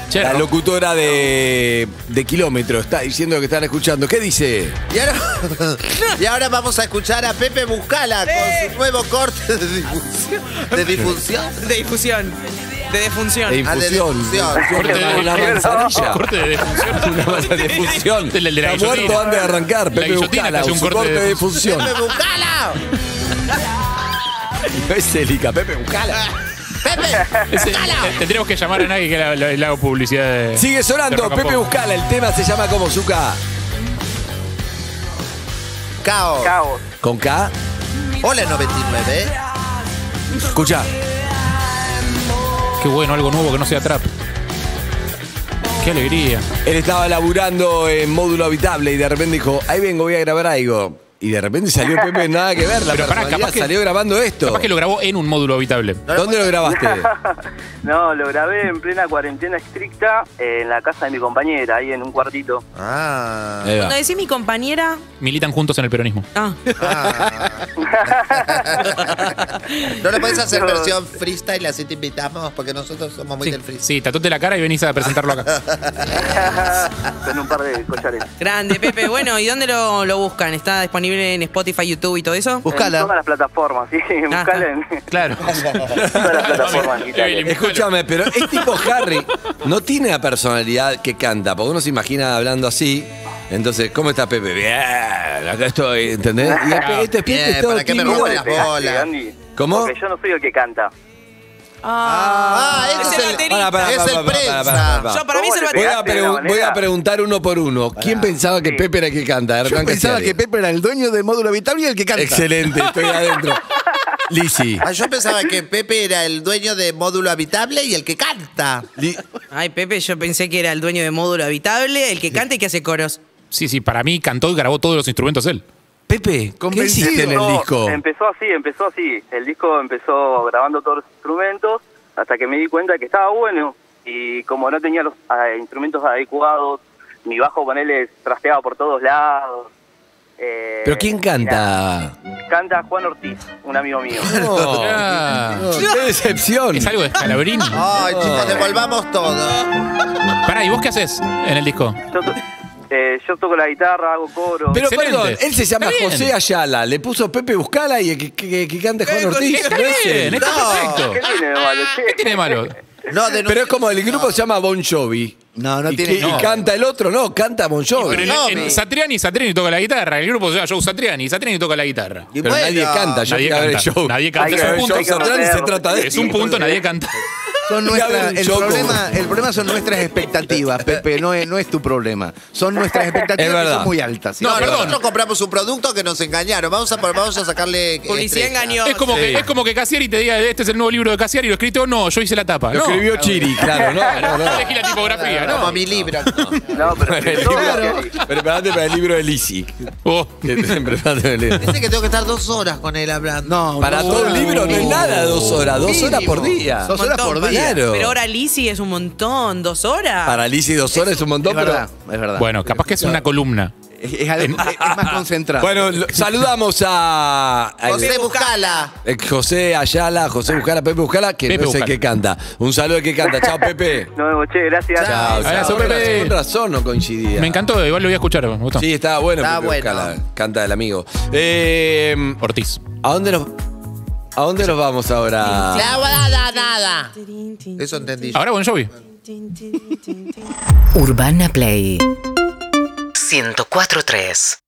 [SPEAKER 5] Che,
[SPEAKER 4] la
[SPEAKER 5] Ro-
[SPEAKER 4] locutora de, de Kilómetro. Está diciendo que están escuchando. ¿Qué dice?
[SPEAKER 6] Y ahora, y ahora vamos a escuchar a Pepe Buscala con su nuevo corte de difusión. ¿De difusión?
[SPEAKER 3] De difusión. De defunción.
[SPEAKER 4] De
[SPEAKER 6] Ah, de
[SPEAKER 4] infusión.
[SPEAKER 6] difusión.
[SPEAKER 5] Corte de-
[SPEAKER 4] Una manzanilla.
[SPEAKER 5] Corte de
[SPEAKER 4] *laughs*
[SPEAKER 5] defunción.
[SPEAKER 4] Una manzana de difusión.
[SPEAKER 5] El de la
[SPEAKER 4] Está
[SPEAKER 5] guillotina.
[SPEAKER 4] muerto antes de arrancar.
[SPEAKER 5] La
[SPEAKER 4] Pepe
[SPEAKER 5] guillotina te
[SPEAKER 4] Buscala.
[SPEAKER 5] hace un
[SPEAKER 4] su
[SPEAKER 5] corte
[SPEAKER 4] corte
[SPEAKER 5] de
[SPEAKER 4] de difusión.
[SPEAKER 5] *laughs*
[SPEAKER 6] ¡Pepe Buscala!
[SPEAKER 4] No *laughs* es Celica, Pepe Buscala.
[SPEAKER 6] ¡Pepe!
[SPEAKER 5] Ese- eh, tendríamos que llamar a nadie que la- la- le haga publicidad de.
[SPEAKER 4] Sigue
[SPEAKER 5] de
[SPEAKER 4] sonando
[SPEAKER 5] Rock and
[SPEAKER 4] Pepe
[SPEAKER 5] Pop.
[SPEAKER 4] Buscala. El tema se llama como Zuka.
[SPEAKER 12] *laughs*
[SPEAKER 6] Cao.
[SPEAKER 12] Cabo.
[SPEAKER 4] Con K.
[SPEAKER 6] Hola 99. ¿eh?
[SPEAKER 4] Escucha.
[SPEAKER 5] Qué bueno, algo nuevo que no sea trap. Qué alegría.
[SPEAKER 4] Él estaba laburando en módulo habitable y de repente dijo, ahí vengo, voy a grabar algo. Y de repente salió Pepe, nada que ver, la
[SPEAKER 5] Pero pará,
[SPEAKER 4] personalidad
[SPEAKER 5] capaz que-
[SPEAKER 4] salió grabando esto.
[SPEAKER 5] Capaz que lo grabó en un módulo habitable.
[SPEAKER 4] ¿Dónde lo
[SPEAKER 5] *laughs*
[SPEAKER 4] grabaste?
[SPEAKER 12] No, lo grabé en plena cuarentena estricta eh, en la casa de mi compañera, ahí en un cuartito. *laughs*
[SPEAKER 6] Ah.
[SPEAKER 4] Ahí va.
[SPEAKER 3] Cuando decís mi compañera.
[SPEAKER 5] Militan juntos en el peronismo.
[SPEAKER 3] Ah.
[SPEAKER 6] Ah. ¿No lo podés hacer
[SPEAKER 12] No.
[SPEAKER 6] versión freestyle así te invitamos? Porque nosotros somos muy
[SPEAKER 5] Sí,
[SPEAKER 6] del freestyle.
[SPEAKER 5] sí, tatuate la cara y venís a presentarlo acá.
[SPEAKER 12] Con un par de collares.
[SPEAKER 3] Grande, Pepe. Bueno, ¿y dónde lo, lo buscan? ¿Está disponible en Spotify, YouTube y todo eso?
[SPEAKER 12] En todas las plataformas, sí. Buscala en
[SPEAKER 5] Claro.
[SPEAKER 12] todas las plataformas digitales.
[SPEAKER 5] Evelyn,
[SPEAKER 4] Escúchame, pero es tipo Harry. No tiene la personalidad que canta, porque uno se imagina hablando así. Entonces, ¿cómo está Pepe? Bien, acá estoy, ¿entendés? Y este- este Pepe
[SPEAKER 6] Bien,
[SPEAKER 4] es todo
[SPEAKER 6] ¿para qué me
[SPEAKER 4] tímido.
[SPEAKER 6] rompen las
[SPEAKER 12] Pegaste,
[SPEAKER 6] bolas?
[SPEAKER 12] Andy.
[SPEAKER 4] ¿Cómo?
[SPEAKER 12] Porque yo no soy el que canta.
[SPEAKER 6] Ah,
[SPEAKER 3] Ah,
[SPEAKER 6] ese
[SPEAKER 3] es el
[SPEAKER 6] es el-
[SPEAKER 3] baterista.
[SPEAKER 4] Pará, pará,
[SPEAKER 6] Es el
[SPEAKER 4] pará, pará,
[SPEAKER 6] prensa.
[SPEAKER 4] pará, pará.
[SPEAKER 3] Yo, para mí es el
[SPEAKER 12] ¿Cómo le
[SPEAKER 4] Voy
[SPEAKER 3] baterista.
[SPEAKER 4] a,
[SPEAKER 12] pegaste de
[SPEAKER 4] pregun-
[SPEAKER 12] la
[SPEAKER 4] voy a
[SPEAKER 12] manera?
[SPEAKER 4] preguntar uno por uno. ¿Quién pensaba que Pepe era el que canta?
[SPEAKER 13] Yo
[SPEAKER 4] Hernán
[SPEAKER 13] pensaba
[SPEAKER 4] Cassiari.
[SPEAKER 13] que Pepe era el dueño de módulo habitable y el que canta.
[SPEAKER 4] Excelente, estoy adentro. Lisi.
[SPEAKER 6] Ah, yo pensaba que Pepe era el dueño de módulo habitable y el que canta.
[SPEAKER 4] Li-
[SPEAKER 3] Ay, Pepe, yo pensé que era el dueño de módulo habitable, el que canta y que hace coros.
[SPEAKER 5] Sí, sí, para mí cantó y grabó todos los instrumentos él.
[SPEAKER 4] Pepe, ¿qué
[SPEAKER 13] Convencido.
[SPEAKER 4] hiciste en el
[SPEAKER 12] No,
[SPEAKER 4] disco?
[SPEAKER 12] Empezó así, empezó así. El disco empezó grabando todos los instrumentos hasta que me di cuenta que estaba bueno. Y como no tenía los ah, instrumentos adecuados, mi bajo con él trasteaba por todos lados. Eh,
[SPEAKER 4] ¿Pero quién canta?
[SPEAKER 12] mira, Canta Juan Ortiz, un amigo mío.
[SPEAKER 4] *laughs* No,
[SPEAKER 5] Ah,
[SPEAKER 4] no, ¡Qué decepción! Ah.
[SPEAKER 5] Es algo de Scalabrini.
[SPEAKER 4] *laughs*
[SPEAKER 6] Ay, chicos, devolvamos todo.
[SPEAKER 5] Pará, ¿y vos qué haces en el disco?
[SPEAKER 12] Yo, to- eh, yo toco la guitarra, hago coro.
[SPEAKER 4] Pero
[SPEAKER 5] Excelente.
[SPEAKER 4] perdón, él se llama
[SPEAKER 5] Está bien.
[SPEAKER 4] José Ayala, le puso Pepe Buscala y el que, que- que canta es Juan Ortiz.
[SPEAKER 5] Está
[SPEAKER 4] no es él.
[SPEAKER 5] bien, está
[SPEAKER 6] No.
[SPEAKER 5] perfecto.
[SPEAKER 12] ¿Qué
[SPEAKER 4] Ah,
[SPEAKER 12] tiene de malo? che?
[SPEAKER 5] ¿Qué tiene de malo?
[SPEAKER 6] No, de
[SPEAKER 4] Pero es como el grupo se llama Bon Jovi.
[SPEAKER 13] No, no
[SPEAKER 4] y,
[SPEAKER 13] tiene.
[SPEAKER 4] que- y
[SPEAKER 5] no.
[SPEAKER 4] canta el otro, no, canta Bon Jovi. Pero,
[SPEAKER 5] Pero en,
[SPEAKER 6] No,
[SPEAKER 5] en
[SPEAKER 6] me-
[SPEAKER 5] Satriani, Satriani toca la guitarra. El grupo se llama Joe Satriani. Satriani toca la guitarra.
[SPEAKER 6] Y
[SPEAKER 4] nadie
[SPEAKER 6] bueno.
[SPEAKER 4] canta, yo
[SPEAKER 5] Nadie
[SPEAKER 4] fui a ver el
[SPEAKER 5] canta,
[SPEAKER 4] show.
[SPEAKER 5] nadie canta,
[SPEAKER 4] Hay
[SPEAKER 5] es
[SPEAKER 4] que
[SPEAKER 5] un
[SPEAKER 4] ver el
[SPEAKER 5] punto.
[SPEAKER 4] show central y se trata de
[SPEAKER 5] Es un
[SPEAKER 4] esto.
[SPEAKER 5] punto, nadie canta.
[SPEAKER 13] Son nuestras-
[SPEAKER 4] Gabriel
[SPEAKER 13] el,
[SPEAKER 4] Choco.
[SPEAKER 13] problema, el problema son nuestras expectativas, Pepe, no es, no es tu problema. Son nuestras
[SPEAKER 4] Es
[SPEAKER 13] expectativas que
[SPEAKER 4] verdad.
[SPEAKER 13] son muy altas. ¿sí?
[SPEAKER 5] No,
[SPEAKER 6] No,
[SPEAKER 5] perdón.
[SPEAKER 6] nosotros compramos un producto que nos engañaron. Vamos a, por- vamos a sacarle. eh,
[SPEAKER 3] Publicidad
[SPEAKER 6] estrella.
[SPEAKER 3] engañosa.
[SPEAKER 5] Es como, que, es como que Cassiari te diga, este es el nuevo libro de Cassiari, lo escrito, no, yo hice la tapa.
[SPEAKER 4] Lo
[SPEAKER 5] no.
[SPEAKER 4] escribió Chiri, claro, no, no,
[SPEAKER 5] Yo
[SPEAKER 4] no.
[SPEAKER 5] *laughs* elegí la tipografía,
[SPEAKER 6] No,
[SPEAKER 5] no.
[SPEAKER 6] mi libro.
[SPEAKER 12] No,
[SPEAKER 4] *laughs*
[SPEAKER 12] pero
[SPEAKER 4] El libro- Preparate para el libro de Lisi. *laughs*
[SPEAKER 5] Oh.
[SPEAKER 4] Preparate para el libro.
[SPEAKER 6] Dice que tengo que estar dos horas con él hablando.
[SPEAKER 13] No,
[SPEAKER 4] Para
[SPEAKER 13] no,
[SPEAKER 4] todo el
[SPEAKER 13] no,
[SPEAKER 4] libro no es
[SPEAKER 13] no.
[SPEAKER 4] nada, dos horas, dos horas por día.
[SPEAKER 13] Dos horas por
[SPEAKER 3] Montón,
[SPEAKER 13] día.
[SPEAKER 4] Claro.
[SPEAKER 3] Pero ahora Lisi es un montón, dos horas.
[SPEAKER 4] Para Lizzy dos horas es un montón,
[SPEAKER 12] Es
[SPEAKER 4] pero-
[SPEAKER 12] verdad, es verdad.
[SPEAKER 5] Bueno, capaz que es una columna.
[SPEAKER 12] Es, es algo- es- es más concentrado.
[SPEAKER 4] Bueno,
[SPEAKER 12] *laughs*
[SPEAKER 4] lo- saludamos a, a-
[SPEAKER 6] José Buscala.
[SPEAKER 4] eh, José Ayala, José Buscala, Pepe Buscala, que
[SPEAKER 5] Pepe
[SPEAKER 4] no es el
[SPEAKER 5] Buscala.
[SPEAKER 4] que canta. Un saludo al que canta. Chao, Pepe.
[SPEAKER 11] Nos vemos, che, gracias.
[SPEAKER 4] Chao, chao.
[SPEAKER 5] Abrazo, Pepe.
[SPEAKER 4] Con razón no coincidía.
[SPEAKER 5] Me encantó, igual lo voy a escuchar. Me gustó.
[SPEAKER 4] Sí, estaba bueno.
[SPEAKER 6] Estaba
[SPEAKER 4] Pepe
[SPEAKER 6] bueno.
[SPEAKER 4] Buscala, canta el amigo. Eh,
[SPEAKER 5] Ortiz.
[SPEAKER 4] ¿A dónde nos, a dónde nos vamos ahora?
[SPEAKER 6] Nada, nada. Eso entendí. yo.
[SPEAKER 5] Ahora buen Jovi.
[SPEAKER 15] Urbana Play 104.3